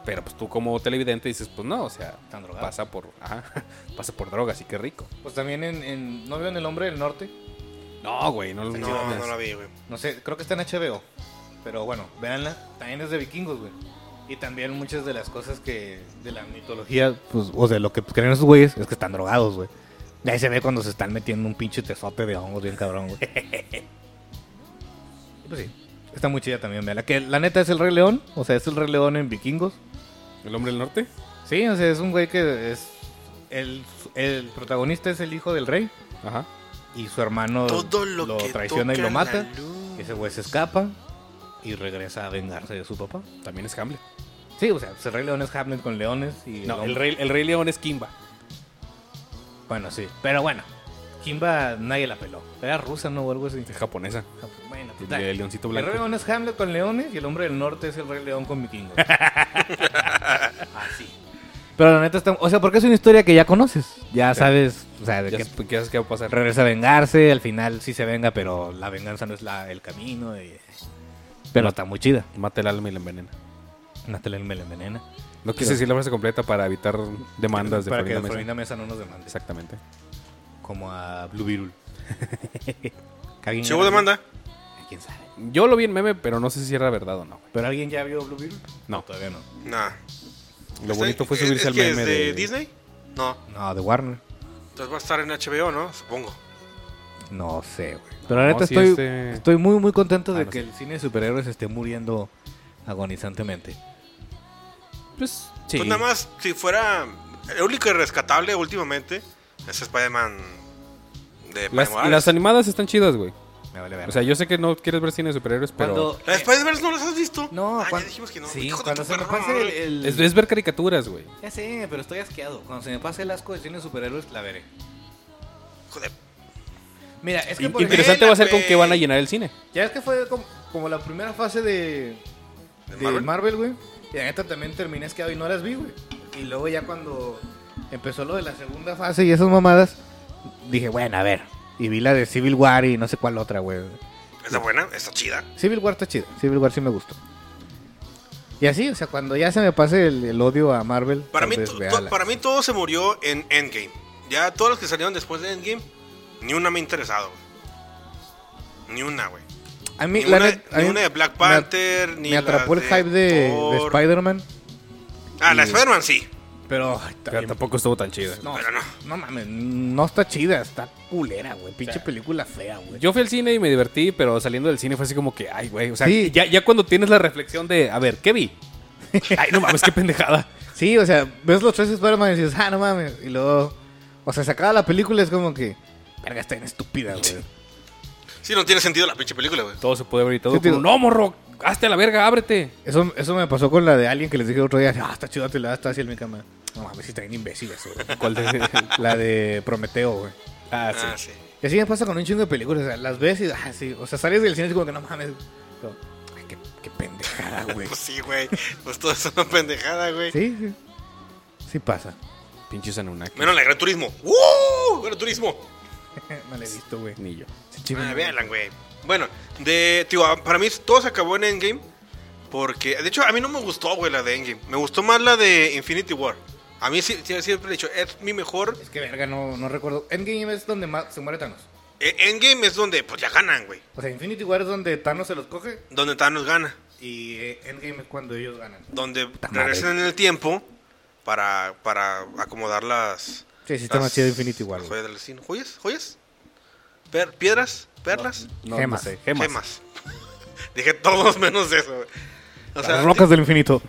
Speaker 3: Pero pues tú como televidente dices, pues no, o sea,
Speaker 1: Están drogados.
Speaker 3: pasa por. Ajá, [laughs] pasa por drogas y qué rico.
Speaker 1: Pues también en, en- ¿No vieron El Hombre del Norte?
Speaker 3: No, güey, no lo
Speaker 2: No,
Speaker 3: mames.
Speaker 2: no la vi, güey.
Speaker 1: No sé, creo que está en HBO. Pero bueno, véanla. También es de vikingos, güey. Y también muchas de las cosas que. de la mitología, pues, o de lo que creen esos güeyes, es que están drogados, güey. Y ahí se ve cuando se están metiendo un pinche tesote de hongos bien cabrón, güey. [laughs] Y pues sí, está muy chida también, véanla. Que la neta es el Rey León, o sea, es el Rey León en vikingos.
Speaker 3: ¿El hombre del norte?
Speaker 1: Sí, o sea, es un güey que es. El, el protagonista es el hijo del rey
Speaker 3: Ajá.
Speaker 1: y su hermano
Speaker 2: Todo lo, que
Speaker 1: traiciona y
Speaker 2: toca
Speaker 1: lo mata.
Speaker 2: la luz.
Speaker 1: Ese güey se escapa y regresa a vengarse de su papá.
Speaker 3: También es Hamlet.
Speaker 1: Sí, o sea, pues el Rey León es Hamlet con leones y...
Speaker 3: No,
Speaker 1: hombre-
Speaker 3: el rey, el rey león es Kimba.
Speaker 1: Bueno, sí. Pero bueno, Kimba nadie la peló. Era rusa, ¿no? O algo así. Ah, pues,
Speaker 3: Es japonesa.
Speaker 1: Bueno,
Speaker 3: El,
Speaker 1: total.
Speaker 3: el leoncito
Speaker 1: El
Speaker 3: blanco.
Speaker 1: Rey León es Hamlet con leones y el Hombre del Norte es el Rey León con
Speaker 3: [laughs]
Speaker 1: vikingos. Así. Pero la neta está... O sea, porque es una historia que ya conoces. Ya sabes, o sea, de
Speaker 3: Ya
Speaker 1: qué...
Speaker 3: supe- ¿Qué haces que va a pasar?
Speaker 1: Regresa a vengarse, al final sí se venga, pero la venganza no es la, el camino. y- Pero está muy chida.
Speaker 3: Mata el alma y la envenena.
Speaker 1: Natalia me la envenena.
Speaker 3: No quise decir la frase completa para evitar demandas de
Speaker 1: para
Speaker 3: Florinda
Speaker 1: que
Speaker 3: Mesa.
Speaker 1: Florinda Mesa no nos demande.
Speaker 3: Exactamente.
Speaker 1: Como a Blue Virul. [laughs] ¿Alguien
Speaker 2: Si
Speaker 1: ya
Speaker 2: hubo
Speaker 1: la vio?
Speaker 2: demanda,
Speaker 1: ¿Quién sabe?
Speaker 3: Yo lo vi en meme, pero no sé si era verdad o no. güey.
Speaker 1: ¿Pero alguien ya vio Blue Virul?
Speaker 3: No.
Speaker 1: Todavía no.
Speaker 2: nada.
Speaker 3: Lo bonito fue subirse
Speaker 2: ¿Es
Speaker 3: al
Speaker 2: que
Speaker 3: meme
Speaker 2: es
Speaker 3: de,
Speaker 2: de Disney? No.
Speaker 1: No, de Warner.
Speaker 2: Entonces va a estar en HBO, ¿no? Supongo.
Speaker 1: No sé, güey. Pero la neta
Speaker 3: sí,
Speaker 1: estoy,
Speaker 3: este-
Speaker 1: estoy muy, muy contento
Speaker 3: Ah,
Speaker 1: de
Speaker 3: no
Speaker 1: que
Speaker 3: sé.
Speaker 1: el cine de superhéroes esté muriendo agonizantemente.
Speaker 3: Pues sí.
Speaker 2: Pues nada más, si fuera. El único rescatable últimamente es Spider-Man de
Speaker 3: Las,
Speaker 2: Miles Morales.
Speaker 3: las animadas están chidas, güey.
Speaker 1: Me vale ver.
Speaker 3: O sea, yo sé que no quieres ver cine de superhéroes, pero.
Speaker 1: cuando...
Speaker 2: ¿La de Spider-Verse no las has visto?
Speaker 1: No,
Speaker 2: ah, ya
Speaker 1: cuando...
Speaker 2: dijimos que no.
Speaker 1: Sí,
Speaker 2: Hijo de
Speaker 1: cuando
Speaker 2: tu
Speaker 1: se me
Speaker 2: perra
Speaker 1: pase
Speaker 2: madre.
Speaker 1: el... el-
Speaker 3: Es, es ver caricaturas, güey.
Speaker 1: Ya sé, pero estoy asqueado. Cuando se me pase el asco de cine de superhéroes, la veré.
Speaker 2: Hijo de-
Speaker 1: Mira, es que
Speaker 3: In-
Speaker 1: por ejemplo-
Speaker 3: Interesante va a ser con
Speaker 2: güey.
Speaker 3: que van a llenar el cine.
Speaker 1: Ya es que fue como, como la primera fase de,
Speaker 2: ¿De
Speaker 1: de
Speaker 2: Marvel?
Speaker 1: Marvel, güey. Y la neta también terminé esqueado y no las vi, güey. Y luego ya cuando empezó lo de la segunda fase y esas mamadas, dije, bueno, a ver. Y vi la de Civil War y no sé cuál otra, güey.
Speaker 2: Está buena, está chida.
Speaker 1: Civil War está chida. Civil War sí me gustó. Y así, o sea, cuando ya se me pase el, el odio a Marvel, pues,
Speaker 2: Para
Speaker 1: tal
Speaker 2: mí,
Speaker 1: vez
Speaker 2: to-
Speaker 1: vea
Speaker 2: to-
Speaker 1: la-
Speaker 2: para mí todo se murió en Endgame. Ya todos los que salieron después de Endgame, ni una me ha interesado. güey. Ni una, güey.
Speaker 1: a mí,
Speaker 2: Ni,
Speaker 1: la
Speaker 2: una-
Speaker 1: net- a
Speaker 2: ni
Speaker 1: mí
Speaker 2: una de Black
Speaker 1: me at-
Speaker 2: Panther,
Speaker 1: Me,
Speaker 2: ni
Speaker 1: atrapó el
Speaker 2: las
Speaker 1: hype de, de
Speaker 2: Thor.
Speaker 1: Spider-Man.
Speaker 2: Ah, la
Speaker 1: y-
Speaker 2: Spider-Man sí.
Speaker 1: Pero, ay,
Speaker 3: Pero
Speaker 1: también-
Speaker 3: tampoco estuvo tan chida.
Speaker 1: No,
Speaker 2: Pero no.
Speaker 1: no mames, no está chida, está culera, güey. Pinche película fea, güey.
Speaker 3: Yo fui al cine y me divertí, pero saliendo del cine fue así como que, ay, güey. O sea,
Speaker 1: Sí.
Speaker 3: ya, ya cuando tienes la reflexión de, a ver, ¿qué vi? [laughs] Ay, no mames, qué pendejada.
Speaker 1: Sí, o sea, ves los tres Spider-Man y dices, ah, no mames. Y luego, o sea, se acaba la película y es como que, verga, está bien estúpida, güey.
Speaker 2: Sí, no tiene sentido la pinche película, güey.
Speaker 3: Todo se puede ver y todo.
Speaker 1: Sí, te
Speaker 3: como,
Speaker 1: digo-
Speaker 3: no, morro, hazte a la verga, ábrete.
Speaker 1: Eso, eso me pasó con la de Alien que les dije el otro día, ah, está chida, te la está así en mi cama. No mames, si está bien imbécil eso, güey.
Speaker 3: ¿Cuál de-
Speaker 1: [laughs] La de Prometeo, güey.
Speaker 3: Ah, sí.
Speaker 2: Ah, sí.
Speaker 1: Y así me pasa con un chingo de películas, o sea, las ves y, ah, sí. O sea, sales del cine y es como que, no mames. Pero, Ay, qué, qué pendejada, [laughs] güey.
Speaker 2: Pues sí, güey. Pues todo es una pendejada, güey.
Speaker 1: Sí, sí. Sí pasa.
Speaker 3: Pinches Anunnaki.
Speaker 2: Menos la de Gran Turismo. ¡Uh! Gran Turismo.
Speaker 1: Eh, No la he visto, güey.
Speaker 3: Ni yo.
Speaker 1: Sí, chido.
Speaker 2: Ah, véanla, güey. Bueno, de, tío, para mí todo se acabó en Endgame. Porque, de hecho, a mí no me gustó, güey, la de Endgame. Me gustó más la de Infinity War. A mí sí- sí- siempre he dicho, es mi mejor.
Speaker 1: Es que verga, no, no recuerdo. Endgame es donde más se muere Thanos.
Speaker 2: Eh, Endgame es donde, pues ya ganan, güey.
Speaker 1: O sea, Infinity War es donde Thanos se los coge
Speaker 2: Donde Thanos gana.
Speaker 1: y eh, Endgame es cuando ellos ganan.
Speaker 2: Donde
Speaker 1: madre.
Speaker 2: regresan en el tiempo para, para acomodar las.
Speaker 1: Sí, sí, está
Speaker 2: las-
Speaker 1: más chido Infinity War, güey.
Speaker 2: las Joyas del destino. ¿Joyas? ¿Joyas? per- piedras, perlas,
Speaker 3: No,
Speaker 5: Gemas.
Speaker 3: no sé, gemas.
Speaker 2: gemas. [laughs] Dije todos menos eso, güey. O sea,
Speaker 5: Las rocas del infinito.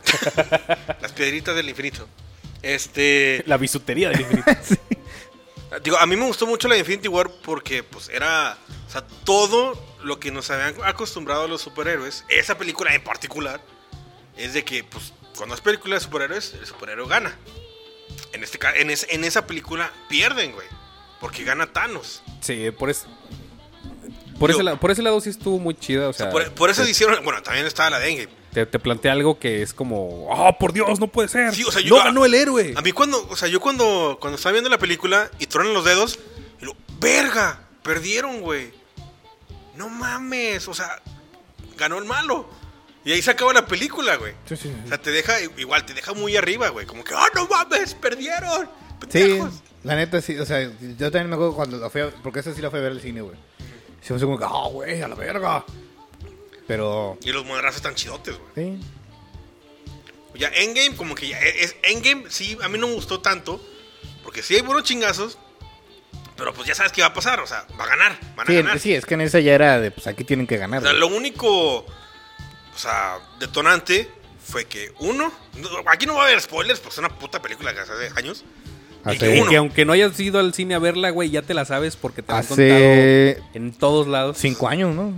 Speaker 2: las piedritas del infinito. Este,
Speaker 3: La bisutería del
Speaker 5: [laughs]
Speaker 3: infinito.
Speaker 2: digo, a mí me gustó mucho la Infinity War porque pues era, o sea, todo lo que nos habían acostumbrado los superhéroes, esa película en particular, es de que pues cuando es película de superhéroes, el superhéroe gana. En este ca- en, es- en esa película pierden, güey, porque gana Thanos.
Speaker 3: sí, por eso. Por,
Speaker 2: Yo-
Speaker 3: ese lado, por ese lado sí estuvo muy chida. O
Speaker 2: O sea,
Speaker 3: sea,
Speaker 2: por, por eso hicieron, bueno, también estaba la dengue.
Speaker 3: te, te plantea algo que es como, oh, por Dios, no puede [laughs] ser.
Speaker 2: Sí, o sea, yo-
Speaker 3: no ganó el héroe.
Speaker 2: A mí cuando, o sea, yo cuando, cuando estaba viendo la película y tronan los dedos, y lo, verga, perdieron, güey. No mames, o sea, ganó el malo. Y ahí se acaba la película, güey. O sea, te deja, igual, te deja muy arriba, güey. Como que, ah, no mames, perdieron.
Speaker 5: Sí,
Speaker 2: pendejos".
Speaker 5: la neta sí, o sea, yo también me acuerdo cuando la fui a, porque esa sí la fui a ver al cine, güey. Sí, fue así como que, ah, güey, a la verga. Pero,
Speaker 2: Y los moderazos están chidotes, güey.
Speaker 5: sí,
Speaker 2: Ya Endgame, como que ya e, es Endgame, sí, a mí no me gustó tanto. Porque sí hay buenos chingazos. Pero pues ya sabes qué va a pasar, o sea, va a ganar, van a
Speaker 5: sí,
Speaker 2: ganar.
Speaker 5: sí, es que en esa ya era de, pues aquí tienen que ganar.
Speaker 2: O sea,
Speaker 5: güey.
Speaker 2: lo único, o sea, detonante fue que uno, no, aquí no va a haber spoilers porque es una puta película que hace años.
Speaker 5: Hace-
Speaker 2: y
Speaker 3: Y
Speaker 2: que uno,
Speaker 3: que aunque no hayas ido al cine a verla, güey, ya te la sabes porque te la han
Speaker 5: Hace-
Speaker 3: contado en todos lados.
Speaker 5: Cinco años, ¿no?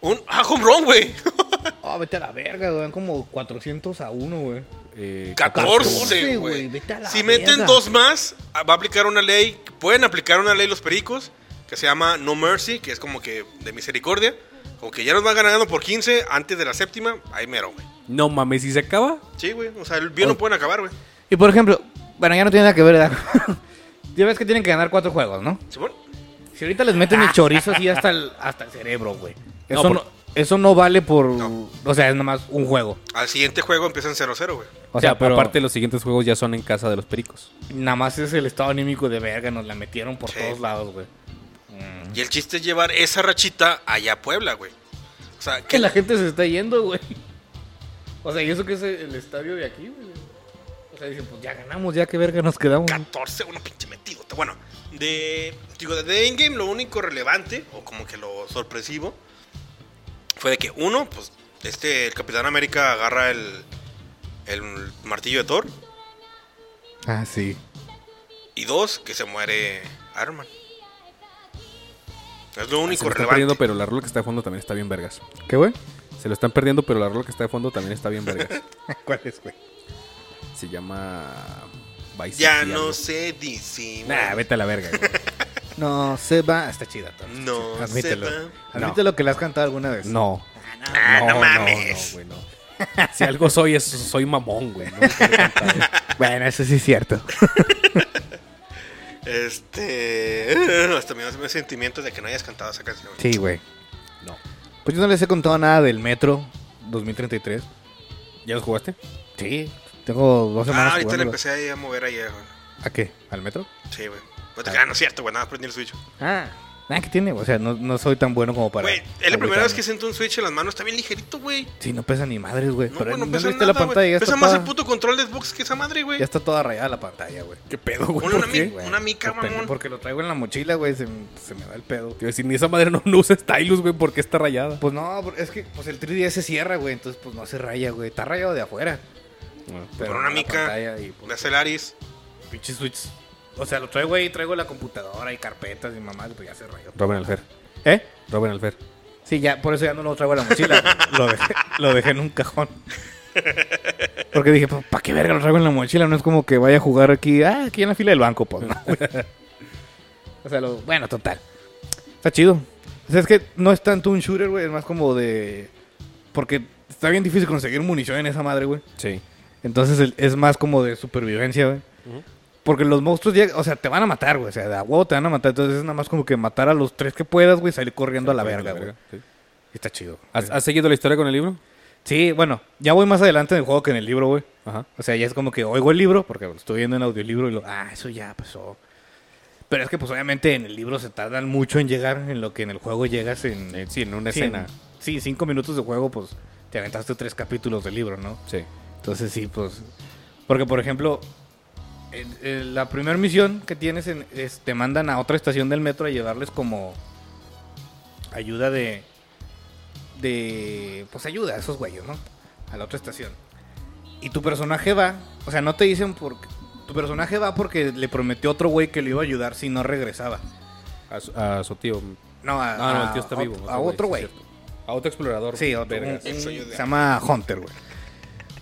Speaker 2: un, ah, home run, güey. [laughs]
Speaker 5: Ah, vete a la verga, güey, eran como 400 a 1, güey.
Speaker 3: Eh,
Speaker 2: 14,
Speaker 5: 14,
Speaker 2: güey.
Speaker 5: güey, vete a la
Speaker 2: Si meten
Speaker 5: verga.
Speaker 2: dos más, ah, va a aplicar una ley, pueden aplicar una ley los pericos, que se llama No Mercy, que es como que de misericordia. Como que ya nos van ganando por 15 antes de la séptima, ahí mero, güey.
Speaker 3: no mames, si se acaba.
Speaker 2: Sí, güey, o sea, el bien no pueden acabar, güey.
Speaker 5: Y por ejemplo, bueno, ya no tiene nada que ver, ¿verdad? [laughs] ya ves que tienen que ganar cuatro juegos, ¿no?
Speaker 2: Simón,
Speaker 5: Si ahorita les meten el chorizo así hasta el, hasta el cerebro, güey.
Speaker 3: No,
Speaker 5: Eso,
Speaker 3: por-
Speaker 5: no, eso no vale por,
Speaker 2: No.
Speaker 5: o sea, es nomás un juego.
Speaker 2: al siguiente juego empiezan 0-0, güey.
Speaker 5: O sea, pero
Speaker 3: aparte los siguientes juegos ya son en casa de los pericos.
Speaker 5: nada más es el estado anímico de verga, nos la metieron por
Speaker 2: Sí.
Speaker 5: todos lados, güey.
Speaker 2: Y el chiste es llevar esa rachita allá a Puebla, güey. O sea,
Speaker 5: Que
Speaker 2: que
Speaker 5: la gente se está yendo, güey. O sea, y eso que es el estadio de aquí, güey. O sea, dicen, pues ya ganamos, ya que verga nos quedamos.
Speaker 2: 14, uno pinche metido. Bueno, de, digo, de Endgame lo único relevante, o como que lo sorpresivo, fue de que uno, pues, este, el Capitán América agarra el, el martillo de Thor,
Speaker 5: Ah, sí.
Speaker 2: y dos, que se muere Iron Man. Es lo
Speaker 3: Se
Speaker 2: único
Speaker 3: lo están
Speaker 2: relevante.
Speaker 3: perdiendo, pero la rola que está de fondo también está bien vergas.
Speaker 5: ¿Qué, güey?
Speaker 3: Se lo están perdiendo, pero la rola que está de fondo también está
Speaker 2: [laughs]
Speaker 3: bien vergas.
Speaker 5: ¿Cuál es, güey?
Speaker 3: Se llama... Vice
Speaker 2: Ya
Speaker 3: City,
Speaker 2: no
Speaker 3: algo.
Speaker 2: se disimula.
Speaker 3: Nah, vete a la verga, güey.
Speaker 5: No se va. Está chida, Tom.
Speaker 2: No se
Speaker 5: Admítelo.
Speaker 2: va.
Speaker 5: Admítelo que la has cantado alguna vez.
Speaker 3: [laughs] No.
Speaker 2: Ah, no mames.
Speaker 3: no, güey, no. Si algo soy, es, soy mamón, güey. Nunca lo he cantado.
Speaker 5: Bueno, eso sí es cierto.
Speaker 2: Este. [laughs] Hasta me da sentimientos de que no hayas cantado esa canción.
Speaker 5: Sí, güey.
Speaker 3: No.
Speaker 5: Pues yo no les he contado nada del Metro 2033.
Speaker 3: ¿Ya los jugaste?
Speaker 5: Sí. Tengo dos semanas
Speaker 2: Ah, ahorita le
Speaker 5: jugándolo.
Speaker 2: empecé ahí a mover ayer, güey.
Speaker 5: ¿A qué? ¿Al Metro?
Speaker 2: Sí, güey. Pues, ah, no es cierto, güey. Nada, más prendí el Switch.
Speaker 5: Ah. Nada que tiene, o sea, no, no soy tan bueno como para.
Speaker 2: Güey, es la primera vez que
Speaker 5: se...
Speaker 2: siento un Switch en las manos. Está bien ligerito, güey.
Speaker 5: Sí, no pesa ni madres, güey.
Speaker 2: No,
Speaker 5: Pero
Speaker 2: güey, no
Speaker 5: ¿no
Speaker 2: pesa
Speaker 5: viste
Speaker 2: nada,
Speaker 5: la pantalla,
Speaker 2: güey.
Speaker 5: ya
Speaker 2: Pesa
Speaker 5: está,
Speaker 2: más
Speaker 5: toda,
Speaker 2: el puto control de Xbox que esa madre, güey.
Speaker 5: ya está toda rayada la pantalla, güey.
Speaker 3: ¿Qué pedo, güey?
Speaker 2: Ponle una
Speaker 3: ¿Por qué?
Speaker 2: mica, una mica,
Speaker 5: Porque-
Speaker 2: mamón.
Speaker 5: Porque lo traigo en la mochila, güey, se, me- se me da el pedo.
Speaker 3: Te iba a decir, ni esa madre no, no usa stylus, güey, porque está rayada.
Speaker 5: Pues no, bro, es que pues el 3DS se cierra, güey, entonces pues no se raya, güey. Está rayado de afuera.
Speaker 2: Por una
Speaker 5: la
Speaker 2: mica.
Speaker 5: pantalla Y,
Speaker 2: De
Speaker 5: pues,
Speaker 2: Celaris.
Speaker 5: pinche Switch. O sea, lo traigo ahí, traigo la computadora y carpetas y mamá, pues ya se rayó.
Speaker 3: Robin Alfer.
Speaker 5: ¿Eh?
Speaker 3: Robin Alfer.
Speaker 5: Sí, ya, por eso ya no lo traigo a la mochila. güey. [laughs] lo, dejé, lo dejé en un cajón. [laughs] Porque dije, ¿para qué verga lo traigo en la mochila? No es como que vaya a jugar aquí, ah, aquí en la fila del banco, pues [laughs] no, güey. O sea, lo, bueno, total. Está chido. O sea, es que no es tanto un shooter, güey, es más como de. Porque está bien difícil conseguir munición en esa madre, güey.
Speaker 3: Sí.
Speaker 5: Entonces el- es más como de supervivencia, güey.
Speaker 3: Ujú.
Speaker 5: Porque los monstruos, ya, o sea, te van a matar, güey. O sea, de a huevo te van a matar. Entonces es nada más como que matar a los tres que puedas, güey, y salir corriendo a la verga, güey.
Speaker 3: Sí.
Speaker 5: Está chido.
Speaker 3: ¿Has, has seguido la historia con el libro?
Speaker 5: Sí, bueno, ya voy más adelante en el juego que en el libro, güey.
Speaker 3: Ajá.
Speaker 5: O sea, ya es como que oigo el libro, porque lo estoy viendo en audiolibro y lo, ah, eso ya pasó. Pero es que, pues, obviamente en el libro se tardan mucho en llegar, en lo que en el juego llegas en...
Speaker 3: Eh, sí, en una
Speaker 5: sí,
Speaker 3: escena.
Speaker 5: en- sí, cinco minutos de juego, pues, te aventaste tres capítulos del libro, ¿no?
Speaker 3: Sí.
Speaker 5: Entonces sí, pues. Porque, por ejemplo, en- en la primera misión que tienes en- es, te mandan a otra estación del metro a llevarles como ayuda de. de. pues ayuda a esos güeyes, ¿no? A la otra estación. Y tu personaje va, o sea, no te dicen por. Tu personaje va porque le prometió a otro güey que le iba a ayudar si no regresaba.
Speaker 3: A su, a su tío.
Speaker 5: No, a,
Speaker 3: Ah, no, el tío
Speaker 5: a
Speaker 3: está
Speaker 5: ot-
Speaker 3: vivo.
Speaker 5: A otro güey.
Speaker 3: sí, cierto. A otro explorador.
Speaker 5: Sí, otro, un-
Speaker 3: vergas.
Speaker 5: un-
Speaker 2: Eso
Speaker 5: se
Speaker 2: ayuda.
Speaker 5: llama Hunter, güey.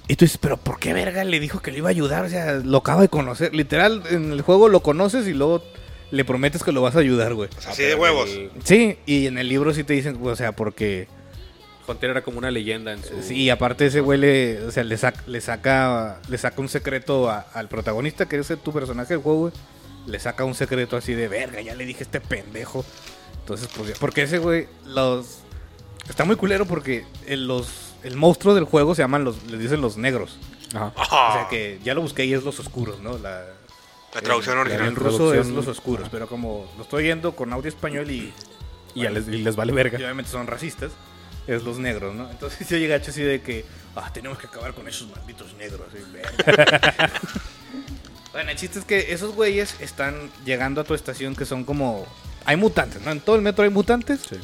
Speaker 5: Y tú dices, pero ¿por qué verga le dijo que le iba a ayudar? O sea, lo acaba de conocer. Literal, en el juego lo conoces y luego le prometes que lo vas a ayudar, güey.
Speaker 2: O sea, así de huevos.
Speaker 3: El
Speaker 5: Sí, y en el libro sí te dicen, o sea, porque...
Speaker 3: Hunter era como una leyenda en su.
Speaker 5: Sí, y aparte ese güey le, o sea, le, sac- le, saca, le saca un secreto a- al protagonista, que es tu personaje del juego, güey. Le saca un secreto así de verga, ya le dije a este pendejo. Entonces, pues, ya- porque ese güey, los... Está muy culero porque el, los, el monstruo del juego se llaman los, les dicen los negros.
Speaker 3: Ajá.
Speaker 2: Ajá.
Speaker 5: O sea que ya lo busqué y es los oscuros, ¿no? La,
Speaker 2: Ah, la traducción
Speaker 5: en-
Speaker 2: original.
Speaker 5: En ruso es
Speaker 3: Traducción-
Speaker 5: los oscuros, pero como lo estoy oyendo con audio español y
Speaker 3: Y, ya les, y les vale verga.
Speaker 5: y obviamente son racistas, es los negros, ¿no? Entonces [laughs] yo llegué hecho así de que, ah, tenemos que acabar con esos malditos negros. ¿sí?
Speaker 3: [laughs]
Speaker 5: bueno, el chiste es que esos güeyes están llegando a tu estación que son como... Hay mutantes, ¿no? En todo el metro hay mutantes,
Speaker 3: Sí.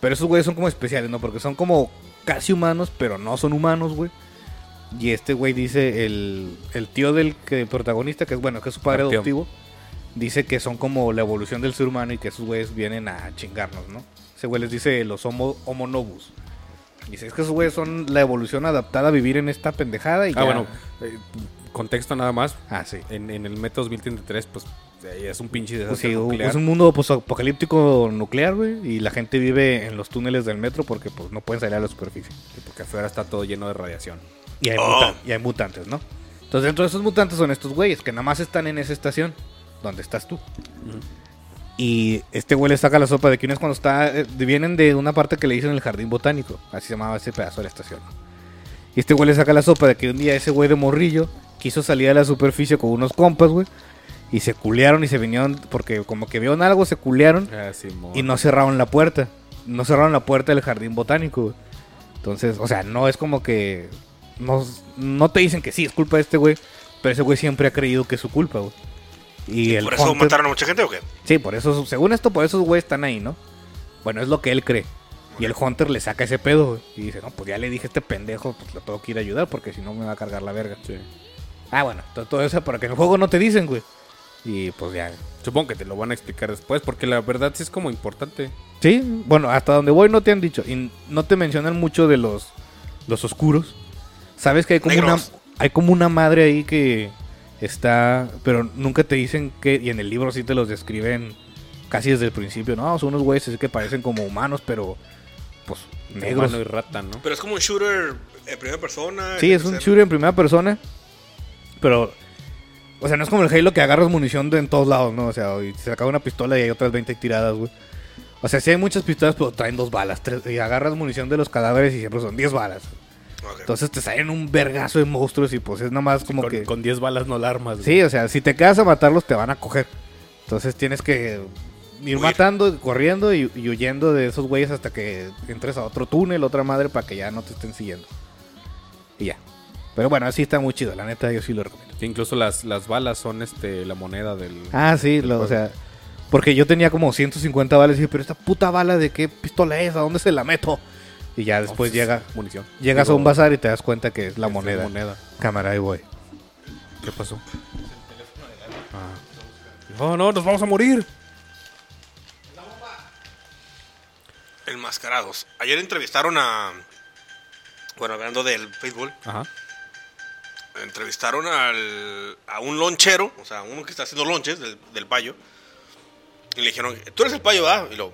Speaker 5: pero esos güeyes son como especiales, ¿no? Porque son como casi humanos, pero no son humanos, güey. Y este güey dice, el, el tío del que, protagonista, que es bueno, que es su padre
Speaker 3: Campeón.
Speaker 5: adoptivo, dice que son como la evolución del ser humano y que esos güeyes vienen a chingarnos, ¿no? Ese güey les dice los homo, homo novus. Dice, es que esos güeyes son la evolución adaptada a vivir en esta pendejada y
Speaker 3: Ah,
Speaker 5: ya".
Speaker 3: bueno. eh, contexto nada más.
Speaker 5: Ah, sí.
Speaker 3: En, en el Meta 2033, pues eh, es un pinche
Speaker 5: Pues
Speaker 3: desastre
Speaker 5: sí,
Speaker 3: nuclear.
Speaker 5: es un mundo pues, apocalíptico nuclear, güey, y la gente vive en los túneles del metro porque pues no pueden salir a la superficie.
Speaker 3: Porque afuera está todo lleno de radiación.
Speaker 5: Y hay,
Speaker 2: Oh.
Speaker 5: mutan- y hay mutantes, ¿no? Entonces dentro de esos mutantes son estos güeyes que nada más están en esa estación donde estás tú. Y este güey le saca la sopa de que uno es cuando está. eh, vienen de una parte que le dicen el jardín botánico. Así se llamaba ese pedazo de la estación. Y este güey le saca la sopa de que un día ese güey de morrillo quiso salir a la superficie con unos compas, güey. Y se culearon y se vinieron. Porque como que vieron algo, se culearon.
Speaker 3: Ah, sí, mo-
Speaker 5: Y no cerraron la puerta. No cerraron la puerta del jardín botánico. güey. Entonces, o sea, no es como que. No, no te dicen que sí, es culpa de este güey. Pero ese güey siempre ha creído que es su culpa, güey. Y, el
Speaker 2: ¿Por eso
Speaker 5: Hunter-
Speaker 2: mataron a mucha gente o qué?
Speaker 5: Sí, por eso, según esto, por esos güeyes están ahí, ¿no? Bueno, es lo que él cree. Y el Hunter le saca ese pedo, güey. Y dice, no, pues ya le dije a este pendejo, pues lo tengo que ir a ayudar porque si no me va a cargar la verga.
Speaker 3: Sí.
Speaker 5: Ah, bueno, to- todo eso para que en el juego no te dicen, güey. Y pues ya.
Speaker 3: Supongo que te lo van a explicar después, porque la verdad sí es como importante.
Speaker 5: Sí, bueno, hasta donde voy no te han dicho. Y no te mencionan mucho de los, los oscuros. Sabes que hay como, una,
Speaker 2: Negros.
Speaker 5: hay como una madre ahí que está, pero nunca te dicen que, y en el libro sí te los describen casi desde el principio, ¿no? Son unos güeyes así que parecen como humanos, pero pues negros.
Speaker 3: Humano y rata, ¿no?
Speaker 2: Pero es como un shooter en primera persona.
Speaker 5: Sí, es un shooter en primera persona, pero, o sea, no es como el Halo que agarras munición de en todos lados, ¿no? O sea, y se acaba una pistola y hay otras 20 tiradas, güey. O sea, sí hay muchas pistolas, pero traen dos balas, tres, y agarras munición de los cadáveres y siempre son 10 balas.
Speaker 2: Ok.
Speaker 5: Entonces te salen un vergazo de monstruos y pues es nada más como
Speaker 3: Con,
Speaker 5: que...
Speaker 3: con 10 balas no la armas. güey.
Speaker 5: Sí, o sea, si te quedas a matarlos te van a coger. Entonces tienes que ir
Speaker 2: Huir.
Speaker 5: matando, corriendo y, y huyendo de esos güeyes hasta que entres a otro túnel, otra madre, para que ya no te estén siguiendo. Y ya. Pero bueno, así está muy chido, la neta, yo sí lo recomiendo.
Speaker 3: Que incluso las, las balas son este la moneda del.
Speaker 5: Ah, sí, lo- o sea, porque yo tenía como 150 balas y dije, pero esta puta bala de qué pistola es, ¿a dónde se la meto? Y ya después
Speaker 3: Entonces,
Speaker 5: llega,
Speaker 3: Munición.
Speaker 5: llegas a
Speaker 3: Digo,
Speaker 5: un bazar y te das cuenta que es la
Speaker 3: es de
Speaker 5: moneda.
Speaker 3: moneda.
Speaker 5: Cámara, ahí voy.
Speaker 3: ¿Qué pasó? Ah. No, no, nos vamos a morir.
Speaker 2: Enmascarados. Ayer entrevistaron a. Bueno, hablando del fútbol,
Speaker 3: Ajá.
Speaker 2: entrevistaron al, a un lonchero, o sea, uno que está haciendo lonches del, del payo. Y le dijeron, ¿tú eres el payo, ah? Y lo.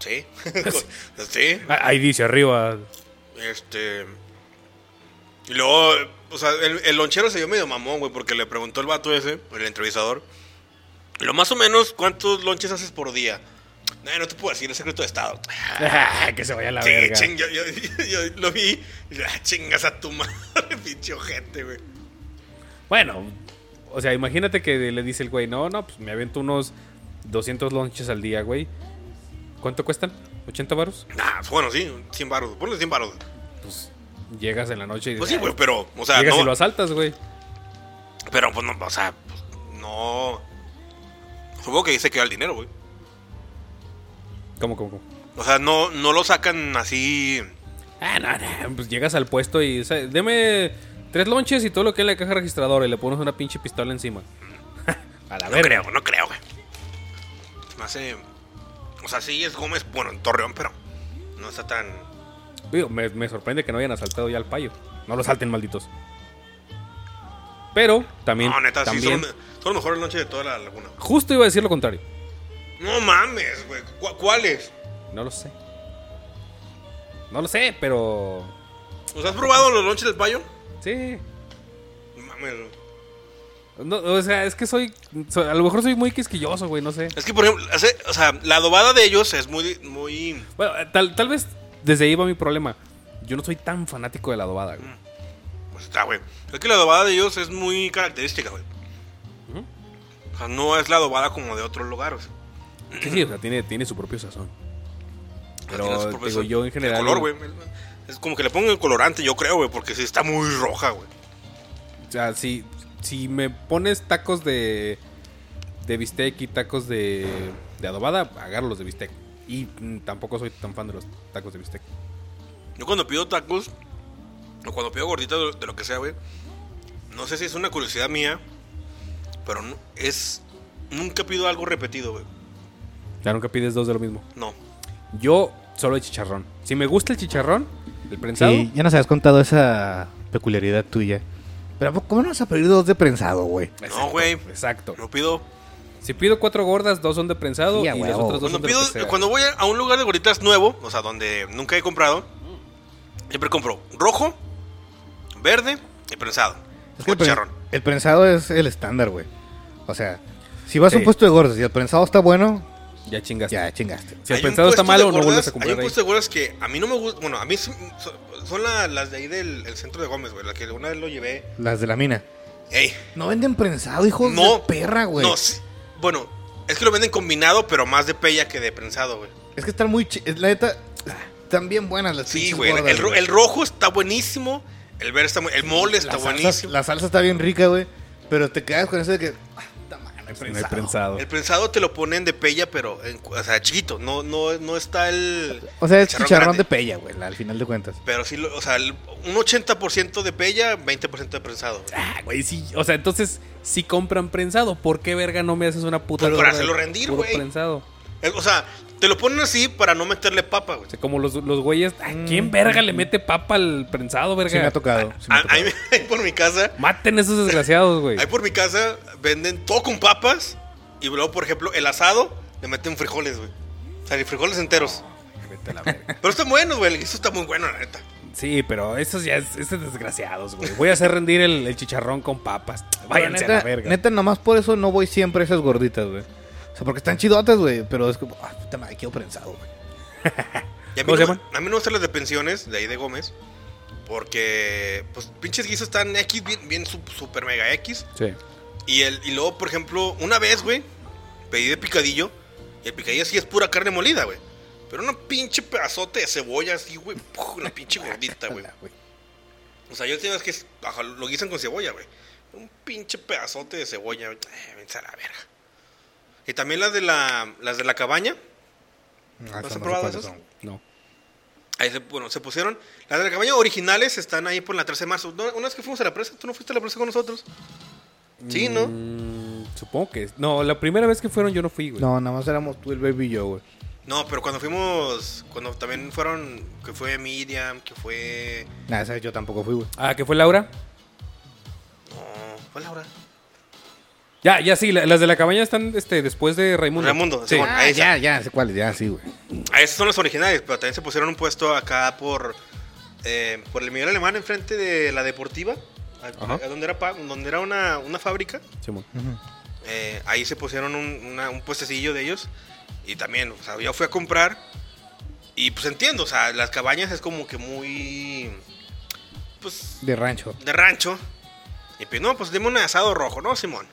Speaker 2: Sí. [laughs] sí.
Speaker 3: Ahí dice arriba.
Speaker 2: Este. Y luego, o sea, el, el lonchero se dio medio mamón, güey, porque le preguntó el vato ese, el entrevistador. Lo más o menos, ¿cuántos lonches haces por día? "Nah, no te puedo decir, es secreto de Estado.
Speaker 3: que se vaya a la
Speaker 2: Sí, ching, yo, [laughs] yo- yo lo vi. y dije, "Ah, chingas a tu madre, [laughs] pinche ojete, güey.
Speaker 3: Bueno, o sea, imagínate que le dice el güey, no, no, pues me avento unos 200 lonches al día, güey. ¿Cuánto cuestan? ¿80 varos?
Speaker 2: Nah, bueno, sí, 100 baros. Ponle 100 baros.
Speaker 3: Pues llegas en la noche y
Speaker 2: Pues sí,
Speaker 3: "Ay,
Speaker 2: güey, pero, o sea,
Speaker 3: llegas
Speaker 2: no.
Speaker 3: y lo asaltas, güey.
Speaker 2: Pero, pues no, o sea, pues, no. Supongo que dice que da el dinero, güey.
Speaker 3: ¿Cómo, cómo, cómo?
Speaker 2: O sea, no, no lo sacan así.
Speaker 3: Ah, no, no, Pues llegas al puesto y. o sea, deme tres lonches y todo lo que hay en la caja registradora y le pones una pinche pistola encima. A la
Speaker 2: No
Speaker 3: verga.
Speaker 2: creo, no creo, güey. Se me hace. O sea, sí es Gómez, bueno, en Torreón, pero no está tan.
Speaker 3: Digo, me, me sorprende que no hayan asaltado ya al payo. No lo salten, malditos. Pero también.
Speaker 2: No, neta, sí,
Speaker 3: también
Speaker 2: son, son los mejores lonches de toda la laguna. güey.
Speaker 3: Justo iba a decir lo contrario.
Speaker 2: No mames, güey. ¿Cu- ¿Cuáles?
Speaker 3: No lo sé. No lo sé, pero.
Speaker 2: ¿Os has probado los lonches del payo?
Speaker 3: Sí.
Speaker 2: No mames, güey.
Speaker 3: No, o sea, es que soy, so- A lo mejor soy muy quisquilloso, güey, no sé.
Speaker 2: Es que, por ejemplo, hace- o sea, la adobada de ellos es muy. muy
Speaker 3: Bueno, eh, tal, tal vez desde ahí va mi problema. Yo no soy tan fanático de la adobada, güey.
Speaker 2: pues está, güey. Es que la adobada de ellos es muy característica, güey. O sea, no es la adobada como de otros lugares.
Speaker 3: Sí, sí, o sea, tiene, tiene su propio sazón. Pero,
Speaker 2: Ah, Tiene sus
Speaker 3: digo,
Speaker 2: propios-
Speaker 3: yo en general-
Speaker 2: El color, güey. Es como que le pongan el colorante, yo creo, güey, porque sí está muy roja, güey.
Speaker 3: O sea, si, si me pones tacos de, de bistec y tacos de, de adobada, agarro los de bistec. Y mm, tampoco soy tan fan de los tacos de bistec.
Speaker 2: Yo cuando pido tacos, o cuando pido gorditas de- de lo que sea, güey, no sé si es una curiosidad mía, pero nu- es. Nunca pido algo repetido, güey.
Speaker 3: Ya nunca pides dos de lo mismo.
Speaker 2: No.
Speaker 3: Yo solo de chicharrón. Si me gusta el chicharrón, el prensado,
Speaker 5: Sí, ya nos habías contado esa peculiaridad tuya. Pero ¿a poco- ¿cómo no vas a pedir dos de prensado, güey?
Speaker 2: No, güey.
Speaker 3: exacto.
Speaker 2: No pido.
Speaker 3: Si pido cuatro gordas, dos son de prensado
Speaker 5: Sí, a
Speaker 3: y las
Speaker 5: huevo.
Speaker 3: otras dos
Speaker 2: Cuando,
Speaker 3: son de
Speaker 2: pido,
Speaker 3: tercera.
Speaker 2: cuando voy a un lugar de gorditas nuevo, o sea, donde nunca he comprado, siempre compro rojo, verde y prensado.
Speaker 5: Es
Speaker 2: con
Speaker 5: que el, pre-
Speaker 3: pues,
Speaker 2: chicharrón.
Speaker 5: el prensado es el estándar, güey. O sea, si vas a
Speaker 3: Sí.
Speaker 5: un puesto de gordos y el prensado está bueno,
Speaker 3: Ya chingaste.
Speaker 5: ya chingaste.
Speaker 3: Si
Speaker 2: Hay
Speaker 3: el
Speaker 2: un
Speaker 3: prensado
Speaker 2: puesto
Speaker 3: está malo,
Speaker 2: de
Speaker 3: no
Speaker 2: gordas-
Speaker 3: vuelves a
Speaker 2: Hay
Speaker 3: comprar
Speaker 2: un
Speaker 3: ahí.
Speaker 2: puesto de gordas que a mí no me gusta. Bueno, a mí sí- son, son la- las de ahí del el centro de Gómez, güey. La que una vez lo llevé.
Speaker 5: Las de la mina.
Speaker 2: Ey,
Speaker 5: No venden prensado, hijos de
Speaker 2: no.
Speaker 5: perra, güey.
Speaker 2: No, sí. Bueno, es que lo venden combinado, pero más de pella que de prensado, güey.
Speaker 5: Es que están muy... chi- La neta, están bien buenas las
Speaker 2: Sí,
Speaker 5: pinches
Speaker 2: güey.
Speaker 5: gordas,
Speaker 2: El, ro- el rojo está buenísimo. El verde está muy. El mole está
Speaker 5: la salsa,
Speaker 2: buenísimo.
Speaker 5: la salsa está bien rica, güey. Pero te quedas con eso de que... Ah, puta madre,
Speaker 3: No hay prensado.
Speaker 2: El prensado te lo ponen de pella, pero en- o sea, chiquito, no, no, no está el.
Speaker 5: O sea, es
Speaker 2: chicharrón
Speaker 5: chicharrón
Speaker 2: grande.
Speaker 5: de pella, güey, la- al final de cuentas.
Speaker 2: Pero sí, lo- o sea, el- un 80% de pella, 20% de prensado. güey.
Speaker 3: Ah, güey, sí. O sea, entonces, si compran prensado, ¿por qué verga no me haces una puta
Speaker 2: Pues para
Speaker 3: gorda de
Speaker 2: hacerlo rendir,
Speaker 3: puro
Speaker 2: güey.
Speaker 3: prensado?
Speaker 2: Es- O sea, te lo ponen así para no meterle papa, güey.
Speaker 3: O sea, como los, los güeyes. ¿A quién verga le mete papa al prensado, verga?
Speaker 5: Sí me ha tocado. sí me ha
Speaker 2: A-
Speaker 5: tocado.
Speaker 2: ahí- [laughs] ahí por mi casa,
Speaker 3: Maten esos desgraciados, güey.
Speaker 2: ahí por mi casa venden todo con papas y luego, por ejemplo, el asado le meten frijoles, güey. O sea, y frijoles enteros.
Speaker 3: Vete a la verga.
Speaker 2: Pero están buenos, güey. Esto está muy bueno, la neta.
Speaker 3: Sí, pero esos ya es, esos desgraciados, güey. Voy a hacer rendir el, el chicharrón con papas.
Speaker 5: Pero
Speaker 3: Váyanse
Speaker 5: neta,
Speaker 3: a la verga.
Speaker 5: Neta, nomás por eso no voy siempre a esas gorditas, güey. O sea, porque están chidotas, güey. Pero es como, ah, puta madre, quiero prensado, güey.
Speaker 2: Y a mí
Speaker 3: ¿Cómo
Speaker 2: no
Speaker 3: se
Speaker 2: me-
Speaker 3: llaman?
Speaker 2: A mí no me gustan las de pensiones, de ahí de Gómez. Porque, pues, pinches guisos están X, bien, bien sup- super mega X.
Speaker 3: Sí.
Speaker 2: Y, el, y luego, por ejemplo, una vez, güey, pedí de picadillo. Y el picadillo sí es pura carne molida, güey. Pero una pinche pedazote de cebolla así, güey. puf, Una pinche gordita,
Speaker 3: [laughs]
Speaker 2: güey.
Speaker 5: Ala, güey.
Speaker 2: O sea, yo tengo que. ajá, lo guisan con cebolla, güey. Un pinche pedazote de cebolla, güey. Eh, vete a la verga. Y también las de la, las de la cabaña.
Speaker 5: Ah,
Speaker 2: ¿No has
Speaker 5: son- no sé
Speaker 2: probado
Speaker 5: cuáles
Speaker 2: esas?
Speaker 5: son.
Speaker 3: No.
Speaker 2: Ahí se, bueno, se pusieron. Las de la cabaña originales están ahí por la 13 de marzo. No, una vez que fuimos a la presa, ¿tú no fuiste a la presa con nosotros? Sí, ¿no?
Speaker 3: Mm, supongo que. No, la primera vez que fueron yo no fui, güey.
Speaker 5: No, nada más éramos tú, el baby y yo, güey.
Speaker 2: No, pero cuando fuimos, cuando también fueron, que fue Miriam, que fue...
Speaker 5: Nada, esa yo tampoco fui, güey.
Speaker 3: Ah, ¿qué fue Laura?
Speaker 2: No, fue Laura.
Speaker 3: Ya, ya sí, la- las de la cabaña están este, después de Raimundo.
Speaker 2: Raimundo,
Speaker 3: sí.
Speaker 2: Simón.
Speaker 5: Ah,
Speaker 2: ahí
Speaker 5: ya,
Speaker 2: está.
Speaker 5: ya, sé cuáles, ya, sí, güey.
Speaker 2: Ah, esos son los originales, pero también se pusieron un puesto acá por eh, por el Miguel Alemán, enfrente de la Deportiva, a-
Speaker 3: Ajá.
Speaker 2: a donde era, pa- donde era una, una fábrica.
Speaker 3: Simón.
Speaker 2: Eh, ahí se pusieron un, una- un puestecillo de ellos. Y también, o sea, yo fui a comprar. Y pues entiendo, o sea, las cabañas es como que muy. Pues
Speaker 5: De rancho.
Speaker 2: de rancho. Y pues no, pues dime un asado rojo, ¿no, Simón?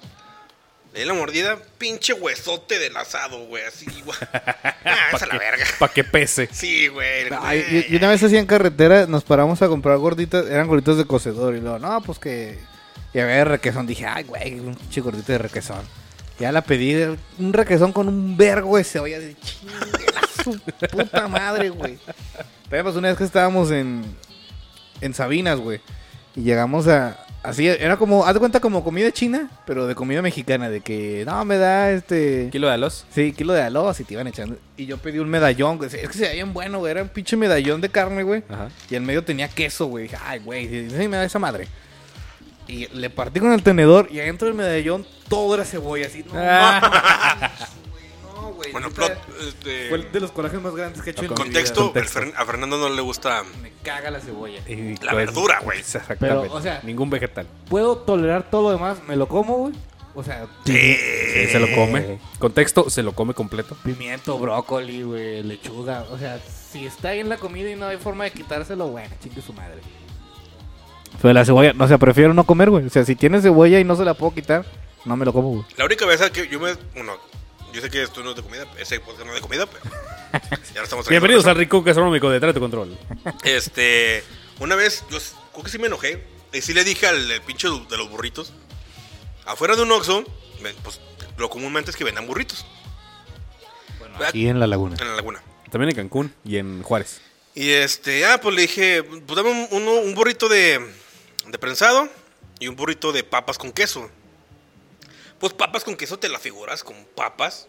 Speaker 2: Le di la mordida, pinche huesote del asado, güey, así, güey. Ah, esa la verga.
Speaker 3: Pa' que pese.
Speaker 2: Sí, güey.
Speaker 1: Ah,
Speaker 5: Ay, y, y una vez así en carretera nos paramos a comprar gorditas, eran gorditas de cocedor y luego, no, pues que... Y a ver, requesón, dije, ay, güey, un pinche gordito de requesón. Ya la pedí, un requesón con un vergo de cebolla de chingue
Speaker 1: [laughs]
Speaker 5: la
Speaker 1: su puta madre, güey. También pasó una vez que estábamos en, en Sabinas, güey. Y llegamos a. Así, era como. Haz de cuenta como comida china, pero de comida mexicana. De que, no, me da este.
Speaker 3: Kilo de alos.
Speaker 1: Sí, kilo de alos y te iban echando. Y yo pedí un medallón, güey. Es que se veía bien bueno, güey. Era un pinche medallón de carne, güey.
Speaker 3: Ajá.
Speaker 1: Y en medio tenía queso, güey. Dije, ay, güey, sí, sí, me da esa madre. Y le partí con el tenedor y adentro del medallón todo era cebolla, así. No, mames, güey, no, güey.
Speaker 2: Bueno,
Speaker 1: neta,
Speaker 2: plot. este,
Speaker 1: Fue el de los corajes más grandes que he hecho en mi
Speaker 2: contexto,
Speaker 1: vida.
Speaker 2: el Fer- a Fernando no le gusta.
Speaker 1: Me caga la cebolla.
Speaker 3: [laughs] Y
Speaker 2: La
Speaker 3: pues,
Speaker 2: verdura, güey.
Speaker 3: [laughs] Exactamente.
Speaker 1: Pero, o sea-
Speaker 3: Ningún vegetal.
Speaker 1: Puedo tolerar todo lo demás, me lo como, güey. O sea,
Speaker 3: Sí, se lo
Speaker 2: Eh.
Speaker 3: come. Contexto, se lo come completo.
Speaker 1: pimiento, brócoli, güey, lechuga. O sea, si está ahí en la comida y no hay forma de quitárselo, bueno, chingue su madre. Pero la cebolla, no, o sea, prefiero no comer, güey. O sea, si tiene cebolla y no se la puedo quitar, no me lo como, güey.
Speaker 2: La única vez que yo me. Bueno, yo sé que esto no es de comida, ese podcast no es de comida, pero. ya lo estamos sacando.
Speaker 3: Bienvenidos al Rincón Gastronómico de Trato Control.
Speaker 2: Este. Una vez, yo s- creo que sí me enojé. Y sí le dije al el pinche du- de los burritos. Afuera de un Oxxo, ven, pues lo comúnmente es que vendan burritos. ¿Verdad?
Speaker 1: Aquí en la laguna.
Speaker 2: En la laguna.
Speaker 3: También en Cancún y en Juárez.
Speaker 2: Y este, ah, pues le dije, pues dame un, uno- un burrito de, de prensado y un burrito de papas con queso. Pues papas con queso te la figuras con papas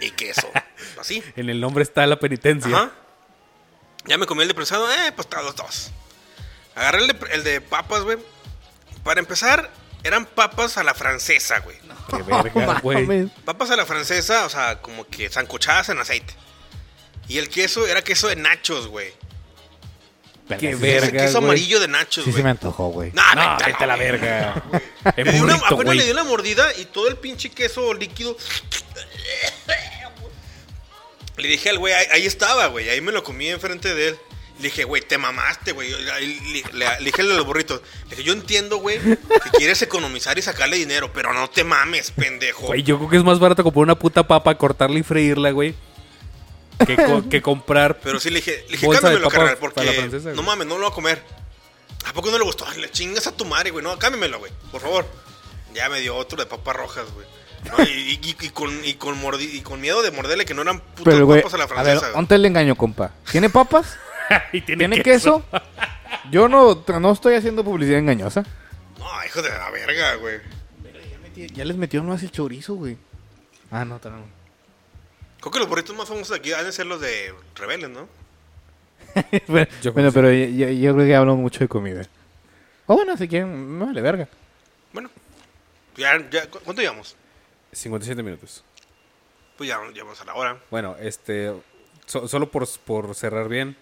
Speaker 2: y queso. Así.
Speaker 3: En el nombre está la penitencia.
Speaker 2: Ajá. Ya me comí el de prensado, eh, pues estaban los dos. Agarré el de, el de papas, güey. Para empezar, eran papas a la francesa, güey.
Speaker 3: Qué verga, güey.
Speaker 1: Mames.
Speaker 2: Papas a la francesa, o sea, como que zancochadas en aceite. Y el queso era queso de nachos, güey.
Speaker 3: Qué
Speaker 1: Sí,
Speaker 2: Ese
Speaker 3: verga,
Speaker 2: queso
Speaker 3: güey.
Speaker 2: amarillo de nachos,
Speaker 1: Sí,
Speaker 2: güey.
Speaker 1: se me antojó, güey.
Speaker 2: Nah,
Speaker 3: No,
Speaker 2: vete a
Speaker 3: vete a la verga. En
Speaker 2: Le di una,
Speaker 3: burrito,
Speaker 2: apenas
Speaker 3: güey.
Speaker 2: le di una mordida y todo el pinche queso líquido. Le dije al güey, ahí, ahí estaba, güey. Ahí me lo comí enfrente de él. Le dije, güey, te mamaste, güey. Ahí Le, le- le dije a los burritos. Le dije, yo entiendo, güey, que quieres economizar y sacarle dinero, pero no te mames, pendejo.
Speaker 3: Güey, yo creo que es más barato comprar una puta papa, cortarla y freírla, güey.
Speaker 1: [laughs]
Speaker 3: Que, co- que comprar.
Speaker 2: Pero sí le dije, le dije,
Speaker 3: Bolsa de
Speaker 2: cámbiamelo,
Speaker 3: papas
Speaker 2: carnal,
Speaker 3: para la
Speaker 2: porque
Speaker 3: francesa, güey.
Speaker 2: no mames, no lo voy a comer. ¿A poco no le gustó? Ay, Le chingas a tu madre, güey. No, cámbiamelo, güey. Por favor. Ya me dio otro de papas rojas, güey. No, y, y- y con, y, con mordi- y con miedo de morderle que no eran putas
Speaker 1: Pero, güey,
Speaker 2: papas a la
Speaker 1: a ver,
Speaker 2: francesa. güey.
Speaker 1: ¿dónde le engaño, compa? ¿Tiene papas?
Speaker 3: y
Speaker 1: [laughs]
Speaker 3: tiene,
Speaker 1: ¿Tiene queso? Yo no, no estoy haciendo publicidad engañosa.
Speaker 2: No, hijo de la verga, güey.
Speaker 1: Ya les metió más el chorizo, güey. Ah, no, no.
Speaker 2: Creo que los burritos más famosos de aquí han de ser los de rebeldes, ¿no?
Speaker 3: Yo
Speaker 1: bueno,
Speaker 3: creo que sí.
Speaker 1: pero yo, yo- yo creo que hablo mucho de comida. O Oh, bueno, si quieren, me vale verga.
Speaker 2: Bueno. Ya, ya, ¿cu- ¿Cuánto llevamos?
Speaker 3: 57 minutos.
Speaker 2: Pues ya llevamos a la hora.
Speaker 3: Bueno, este. so- solo por, por
Speaker 1: [laughs]
Speaker 3: cerrar bien.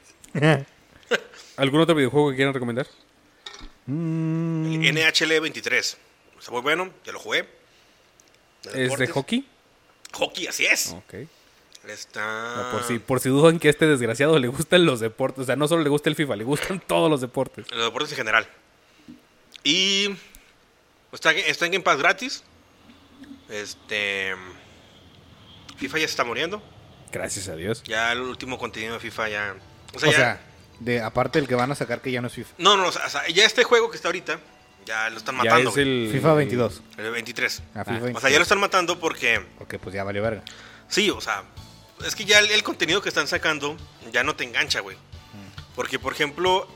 Speaker 3: ¿Algún otro videojuego que quieran recomendar? Mm.
Speaker 2: El NHL 23. Está muy bueno, ya lo jugué.
Speaker 3: ¿Es de
Speaker 2: deportes.
Speaker 3: hockey? Oh.
Speaker 2: Hockey, así es.
Speaker 3: Ok.
Speaker 2: Está.
Speaker 3: No,
Speaker 2: Ah.
Speaker 3: por, si, por si dudan que a este desgraciado le gustan los deportes. O sea, no solo le gusta el FIFA, le gustan [laughs] todos los deportes.
Speaker 2: Los deportes en general. Y. pues, Está, está en Game Pass gratis. Este. FIFA ya se está muriendo.
Speaker 3: Gracias a Dios.
Speaker 2: Ya el último contenido de FIFA ya. O
Speaker 1: O
Speaker 2: sea,
Speaker 1: sea,
Speaker 2: ya-
Speaker 1: de, aparte del que van a sacar que ya no es FIFA.
Speaker 2: No, no, o sea, o sea, ya este juego que está ahorita. Ya lo están
Speaker 3: Ya
Speaker 2: matando.
Speaker 3: es
Speaker 2: güey.
Speaker 3: el.
Speaker 1: FIFA 22.
Speaker 2: el... 23.
Speaker 1: Ah, FIFA
Speaker 2: O sea,
Speaker 1: 22.
Speaker 2: ya lo están matando porque.
Speaker 1: Porque pues ya vale verga.
Speaker 2: Sí, o sea. Es que ya el, el contenido que están sacando ya no te engancha, güey. Porque, por ejemplo,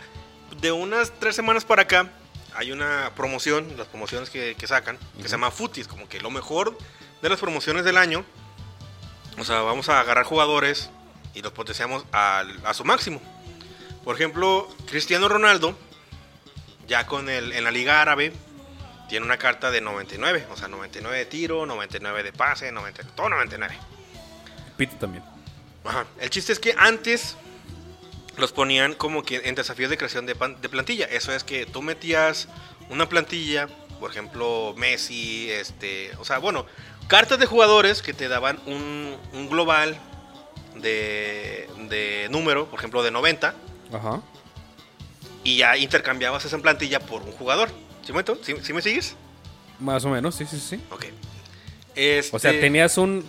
Speaker 2: de unas tres semanas para acá hay una promoción, las promociones que, que sacan, que se llama Futis, como que lo mejor de las promociones del año. O sea, vamos a agarrar jugadores y los potenciamos al- a su máximo. Por ejemplo, Cristiano Ronaldo, ya con el, en la Liga Árabe, tiene una carta de 99. O sea, 99 de tiro, 99 de pase, 90, todo 99.
Speaker 3: Pito también.
Speaker 2: Ajá. El chiste es que antes los ponían como que en desafíos de creación de, pan- de plantilla. Eso es que tú metías una plantilla, por ejemplo, Messi, este, o sea, bueno, cartas de jugadores que te daban un, un global de, de número, por ejemplo, de 90,
Speaker 3: Ajá.
Speaker 2: y ya intercambiabas esa plantilla por un jugador. ¿Sí me, ento- sí- sí me sigues?
Speaker 3: Más o menos, sí, sí, sí.
Speaker 2: Ok. Este,
Speaker 3: O sea, tenías un.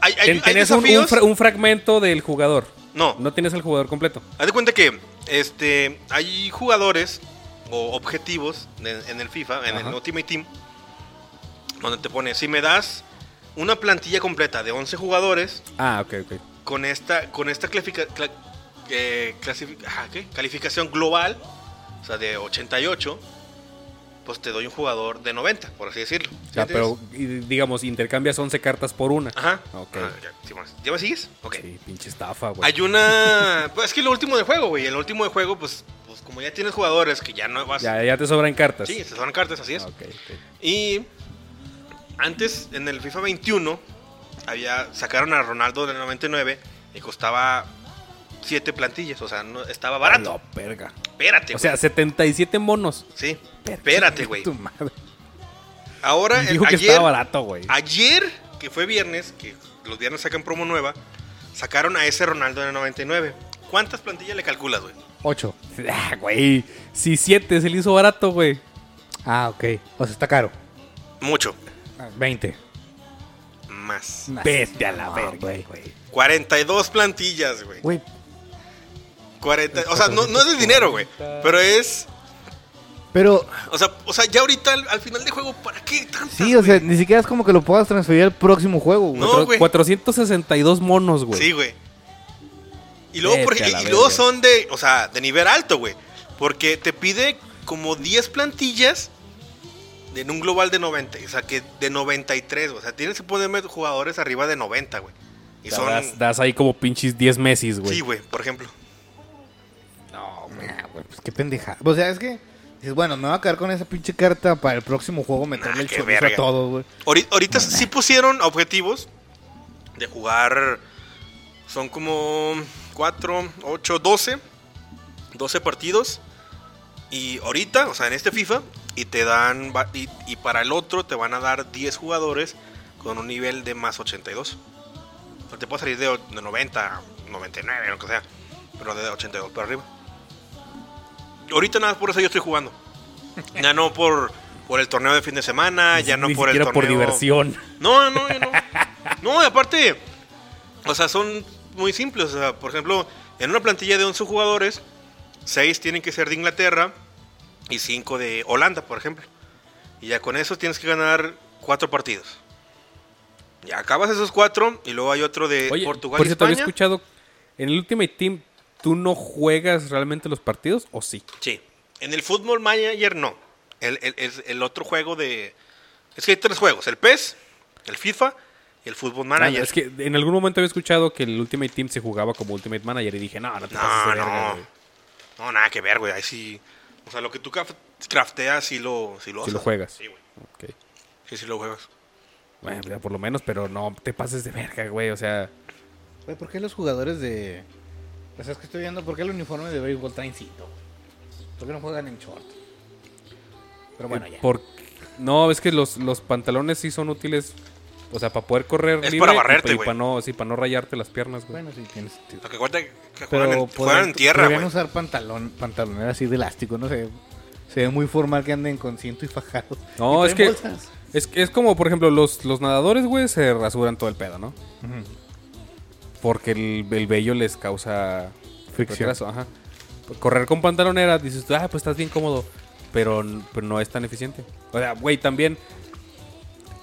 Speaker 2: hay, hay-
Speaker 3: ten-
Speaker 2: hay
Speaker 3: tenías un- un,
Speaker 2: desafíos.
Speaker 3: fra- un fragmento del jugador.
Speaker 2: no,
Speaker 3: No tienes el jugador completo.
Speaker 2: Haz de cuenta que este, hay jugadores o objetivos en, en el FIFA, en el
Speaker 3: Ajá.
Speaker 2: Ultimate Team, donde te pone, si me das una plantilla completa de 11 jugadores,
Speaker 3: Ah, ok, ok.
Speaker 2: con esta, con esta clasifica- cla- eh, clasifi- ah, ¿qué? calificación global, o sea, de 88, pues te doy un jugador de 90, por así decirlo.
Speaker 3: O sea,
Speaker 2: ¿Sí
Speaker 3: pero y- digamos, intercambias 11 cartas por una.
Speaker 2: Ajá.
Speaker 3: Ok.
Speaker 2: Ajá, ya, Simón. ¿Ya me sigues? Ah, Ok.
Speaker 3: Sí, pinche estafa, güey.
Speaker 2: Hay una. Pues es que lo último de juego, güey. El último de juego, pues, pues como ya tienes jugadores que ya no vas.
Speaker 3: Ya, ya te sobran cartas.
Speaker 2: sí, se son cartas, así es.
Speaker 3: Ah, ok, ok.
Speaker 2: Y antes, en el FIFA 21, había, sacaron a Ronaldo del 99 y costaba 7 plantillas. O sea, no, estaba barato.
Speaker 3: La verga.
Speaker 2: Espérate,
Speaker 3: O sea,
Speaker 2: güey.
Speaker 3: 77 monos.
Speaker 2: Sí, espérate, güey.
Speaker 3: Tu madre.
Speaker 2: Ahora, el-
Speaker 3: Dijo que
Speaker 2: ayer,
Speaker 3: estaba barato, güey.
Speaker 2: ayer, que fue viernes, que los viernes sacan promo nueva, sacaron a ese Ronaldo del 99. ¿Cuántas plantillas le calculas, güey?
Speaker 1: 8.
Speaker 3: Ah, güey. Si 7 se le hizo barato, güey.
Speaker 1: Ah, ok. O sea, está caro.
Speaker 2: Mucho.
Speaker 1: 20.
Speaker 2: Más.
Speaker 3: Vete a la verga,
Speaker 1: güey.
Speaker 2: 42 plantillas, güey.
Speaker 1: Güey,
Speaker 2: 40, o sea, no, no es el dinero, güey. Pero es
Speaker 1: pero
Speaker 2: O sea, o sea ya ahorita al, al final de juego, ¿para qué tantas,
Speaker 1: sí, o
Speaker 2: güey?
Speaker 1: sea, ni siquiera es como que lo puedas transferir al próximo juego, güey.
Speaker 2: No,
Speaker 3: Cuatro-
Speaker 2: güey.
Speaker 3: 462 monos, güey.
Speaker 2: Sí, güey. Y luego, por-
Speaker 3: Vete a la
Speaker 2: y
Speaker 3: verga.
Speaker 2: luego son de, o sea, de nivel alto, güey. Porque te pide como 10 plantillas en un global de 90. O sea, que de 93, güey. O sea, tienes que ponerme jugadores arriba de 90, güey. Y
Speaker 3: O sea,
Speaker 2: son...
Speaker 3: das, das ahí como pinches 10 meses, güey.
Speaker 2: sí, güey, por ejemplo.
Speaker 1: No, güey, güey, pues qué pendeja. O sea, es que dices, bueno, me voy a quedar con esa pinche carta para el próximo juego meterle
Speaker 2: Nah,
Speaker 1: el
Speaker 2: Ah, qué
Speaker 1: chorizo
Speaker 2: verga.
Speaker 1: a todo, güey.
Speaker 2: Ahori- Ahorita sí pusieron objetivos de jugar. Son como 4, 8, 12. 12 partidos. Y ahorita, o sea, en este FIFA, y te dan. va- Y, y para el otro te van a dar 10 jugadores con un nivel de más 82. O sea, te puede salir de, o- de 90, 99, lo que sea. Pero de 82 para arriba. Ahorita nada, por eso yo estoy jugando. Ya no por, por el torneo de fin de semana, ya no
Speaker 3: Ni
Speaker 2: por el
Speaker 3: siquiera
Speaker 2: torneo.
Speaker 3: por diversión.
Speaker 2: No, no, yo no. No, y aparte, o sea, son muy simples. O sea, por ejemplo, en una plantilla de 11 jugadores, 6 tienen que ser de Inglaterra y 5 de Holanda, por ejemplo. Y ya con eso tienes que ganar 4 partidos. Ya acabas esos 4 y luego hay otro de
Speaker 3: Oye,
Speaker 2: Portugal
Speaker 3: por
Speaker 2: y
Speaker 3: cierto, había
Speaker 2: España.
Speaker 3: escuchado. En el Ultimate Team, ¿tú no juegas realmente los partidos o sí?
Speaker 2: Sí. En el Football Manager no. El, el- es el otro juego de... Es que hay tres juegos, el PES, el FIFA y el Football Manager.
Speaker 3: Ah, es que en algún momento había escuchado que el Ultimate Team se jugaba como Ultimate Manager y dije, no, no te
Speaker 2: No,
Speaker 3: pases de verga,
Speaker 2: no.
Speaker 3: güey.
Speaker 2: No, nada que ver, güey. Ahí sí. O sea, lo que tú caf- crafteas, sí lo, sí lo,
Speaker 3: Si lo
Speaker 2: usas.
Speaker 3: juegas.
Speaker 2: Sí, güey.
Speaker 3: Ok.
Speaker 2: Sí, sí lo juegas.
Speaker 3: Bueno, pues ya por lo menos, pero no te pases de verga, güey. O sea,
Speaker 1: Güey, ¿por qué los jugadores de. O sea, es que estoy viendo, ¿por qué el uniforme de béisbol traen cinto? ¿Por qué no juegan en short? Pero bueno,
Speaker 3: eh,
Speaker 1: ya.
Speaker 3: por- No, es que los, los pantalones sí son útiles. O sea, para poder correr
Speaker 2: Es
Speaker 3: libre
Speaker 2: para
Speaker 3: y
Speaker 2: barrerte,
Speaker 3: pa- y,
Speaker 2: güey.
Speaker 3: para no, sí, para no rayarte las piernas, güey.
Speaker 1: Bueno, sí, tiene sentido.
Speaker 2: Lo que cuenta es que
Speaker 1: Pero
Speaker 2: juegan, en,
Speaker 3: pues,
Speaker 1: podrían-
Speaker 2: juegan en tierra,
Speaker 1: podrían
Speaker 2: güey.
Speaker 1: usar pantalón, pantalonera así de elástico, no sé. Se ve muy formal que anden con cinto y fajados.
Speaker 3: No,
Speaker 1: Y
Speaker 3: es que,
Speaker 1: traen
Speaker 3: es
Speaker 1: bolsas.
Speaker 3: que- es como, por ejemplo, los, los nadadores, güey, se rasuran todo el pedo, ¿no? Porque el, el vello les causa
Speaker 1: Fricción.
Speaker 3: retraso, ajá. Correr con pantalonera, dices tú, ah, pues estás bien cómodo, pero, n- pero no es tan eficiente. O sea, güey, también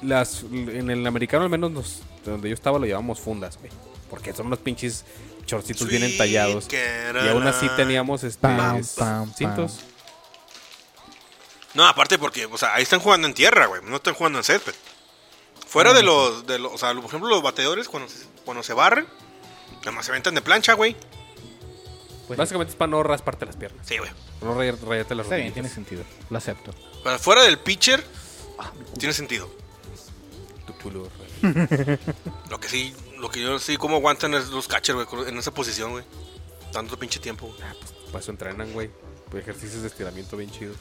Speaker 3: las en el americano al menos nos- donde yo estaba lo llevamos fundas, güey, porque son unos pinches chorcitos bien
Speaker 2: Sweet
Speaker 3: entallados. Y aún así
Speaker 2: Caroline.
Speaker 3: teníamos este
Speaker 1: Pam,
Speaker 3: es-
Speaker 1: pam, pam.
Speaker 3: cintos.
Speaker 2: No, aparte porque, o sea, ahí están jugando en tierra, güey. No están jugando en césped. Fuera
Speaker 3: Ah,
Speaker 2: de los, de los, o sea, por ejemplo, los bateadores cuando se, cuando se barren, nada más se aventan de plancha, güey.
Speaker 1: Pues sí,
Speaker 3: Básicamente es para no rasparte las piernas,
Speaker 2: Sí, güey.
Speaker 3: no rayar- rayarte las
Speaker 1: está bien,
Speaker 3: rodillas.
Speaker 1: tiene sentido. Lo acepto.
Speaker 2: Pero fuera del pitcher, tiene sentido.
Speaker 3: Tu culo,
Speaker 2: Lo que sí, lo que yo sí como aguantan es los catchers, güey, en esa posición, güey. Tanto pinche tiempo, güey.
Speaker 3: Ah, pues, para eso entrenan, güey. Pues, ejercicios de estiramiento bien chidos.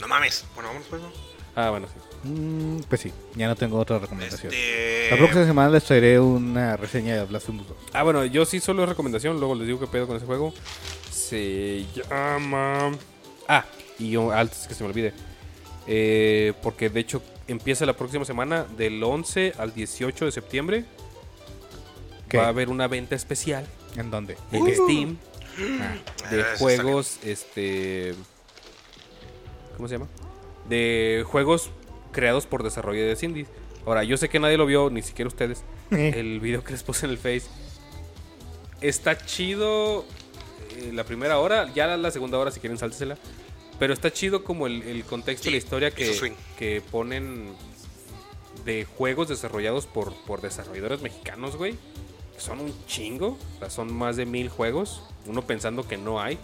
Speaker 2: No mames. Bueno, vámonos pues, ¿no?
Speaker 3: Ah, bueno, sí.
Speaker 1: Mm, pues sí, ya no tengo otra recomendación.
Speaker 2: Este...
Speaker 1: La próxima semana les traeré una reseña de Blasphemous 2.
Speaker 3: Ah, bueno, yo sí solo es recomendación, luego les digo qué pedo con ese juego. Se llama. Ah, y yo, antes que se me olvide. eh, porque de hecho empieza la próxima semana, del 11 al 18 de septiembre.
Speaker 1: ¿Qué? Uh.
Speaker 3: Va a haber una venta especial
Speaker 1: ¿En dónde?
Speaker 2: Uh.
Speaker 3: en Steam de
Speaker 2: Ah, eso
Speaker 3: juegos, este. ¿Cómo se llama? De juegos creados por desarrolladores
Speaker 1: Eh,
Speaker 3: indies. Ahora, yo sé que nadie lo vio, ni siquiera ustedes. el video que les puse en el Face. Está chido eh, la primera hora, ya la, la segunda hora si quieren sáltesela. Pero está chido como el, el contexto de
Speaker 2: Sí,
Speaker 3: la historia
Speaker 2: hizo
Speaker 3: que,
Speaker 2: swing.
Speaker 3: que ponen de juegos desarrollados por, por desarrolladores mexicanos, güey. que Son un chingo, o sea, son más de mil juegos. Uno pensando que no hay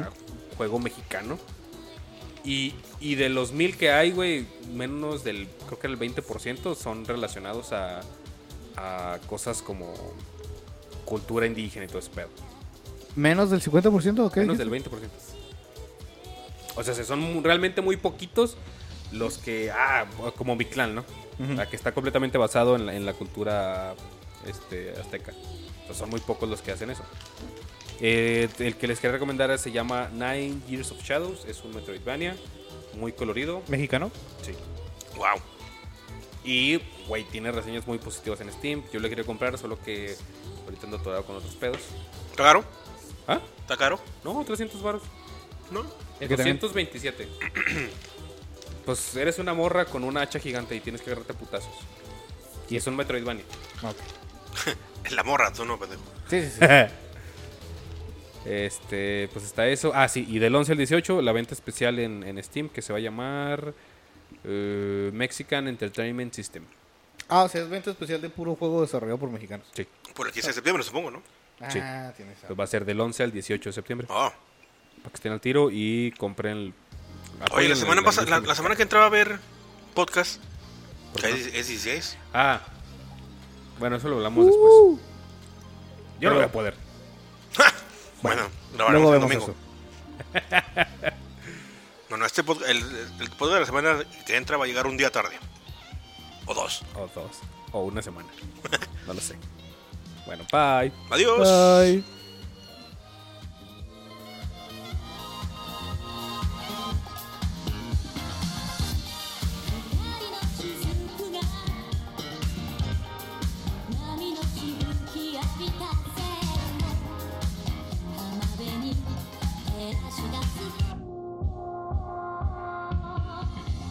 Speaker 3: ah, juego mexicano. Y, y de los mil que hay, güey, menos del, creo que el 20% son relacionados a, a cosas como cultura indígena y todo ese pedo.
Speaker 1: ¿Menos del 50% o qué?
Speaker 3: Menos
Speaker 1: dijiste?
Speaker 3: del 20%. O sea, se son mu- realmente muy poquitos los que, ah, como mi clan, ¿no?
Speaker 1: Ujú.
Speaker 3: La que está completamente basado en la, en la cultura este, azteca. O sea, son muy pocos los que hacen eso. Eh, el que les quería recomendar se llama Nine Years of Shadows. Es un Metroidvania muy colorido.
Speaker 1: ¿Mexicano?
Speaker 3: Sí.
Speaker 2: Wow.
Speaker 3: Y, güey, tiene reseñas muy positivas en Steam. Yo le quería comprar, solo que ahorita ando todavía con otros pedos.
Speaker 2: ¿Está caro?
Speaker 3: ¿Ah?
Speaker 2: ¿Está caro?
Speaker 3: No, 300 baros.
Speaker 2: ¿No?
Speaker 3: El
Speaker 1: Que también-
Speaker 3: 227. [clears throat] pues eres una morra con una hacha gigante y tienes que agarrarte a putazos. Y es un Metroidvania.
Speaker 2: Es la morra, tú no, pendejo.
Speaker 1: Sí, sí, sí.
Speaker 3: Este, pues está eso. Ah, sí, y del 11 al 18, la venta especial en, en Steam que se va a llamar eh, Mexican Entertainment System.
Speaker 1: ah, o sea, es venta especial de puro juego desarrollado por mexicanos.
Speaker 3: Sí,
Speaker 2: Por el 15 de septiembre, supongo, ¿no?
Speaker 1: Ah,
Speaker 3: Sí.
Speaker 1: tienes
Speaker 3: pues va a ser del 11 al 18 de septiembre.
Speaker 2: Oh.
Speaker 3: Para que estén al tiro y compren. el-
Speaker 2: Oye,
Speaker 3: apoyen
Speaker 2: la semana, pasada, la,
Speaker 3: industria
Speaker 2: la semana que entraba a ver podcast,
Speaker 3: ¿Por
Speaker 2: que
Speaker 3: qué?
Speaker 2: es, es 16.
Speaker 3: Ah, bueno, eso lo hablamos después. Yo no voy a poder.
Speaker 2: Bueno,
Speaker 1: Luego
Speaker 2: grabaremos el
Speaker 1: vemos
Speaker 2: domingo.
Speaker 1: eso.
Speaker 2: Bueno, este pod- el, el podcast de la semana que entra va a llegar un día tarde. O dos.
Speaker 3: O dos. O una semana. No lo sé. Bueno, bye.
Speaker 2: Adiós.
Speaker 1: Bye.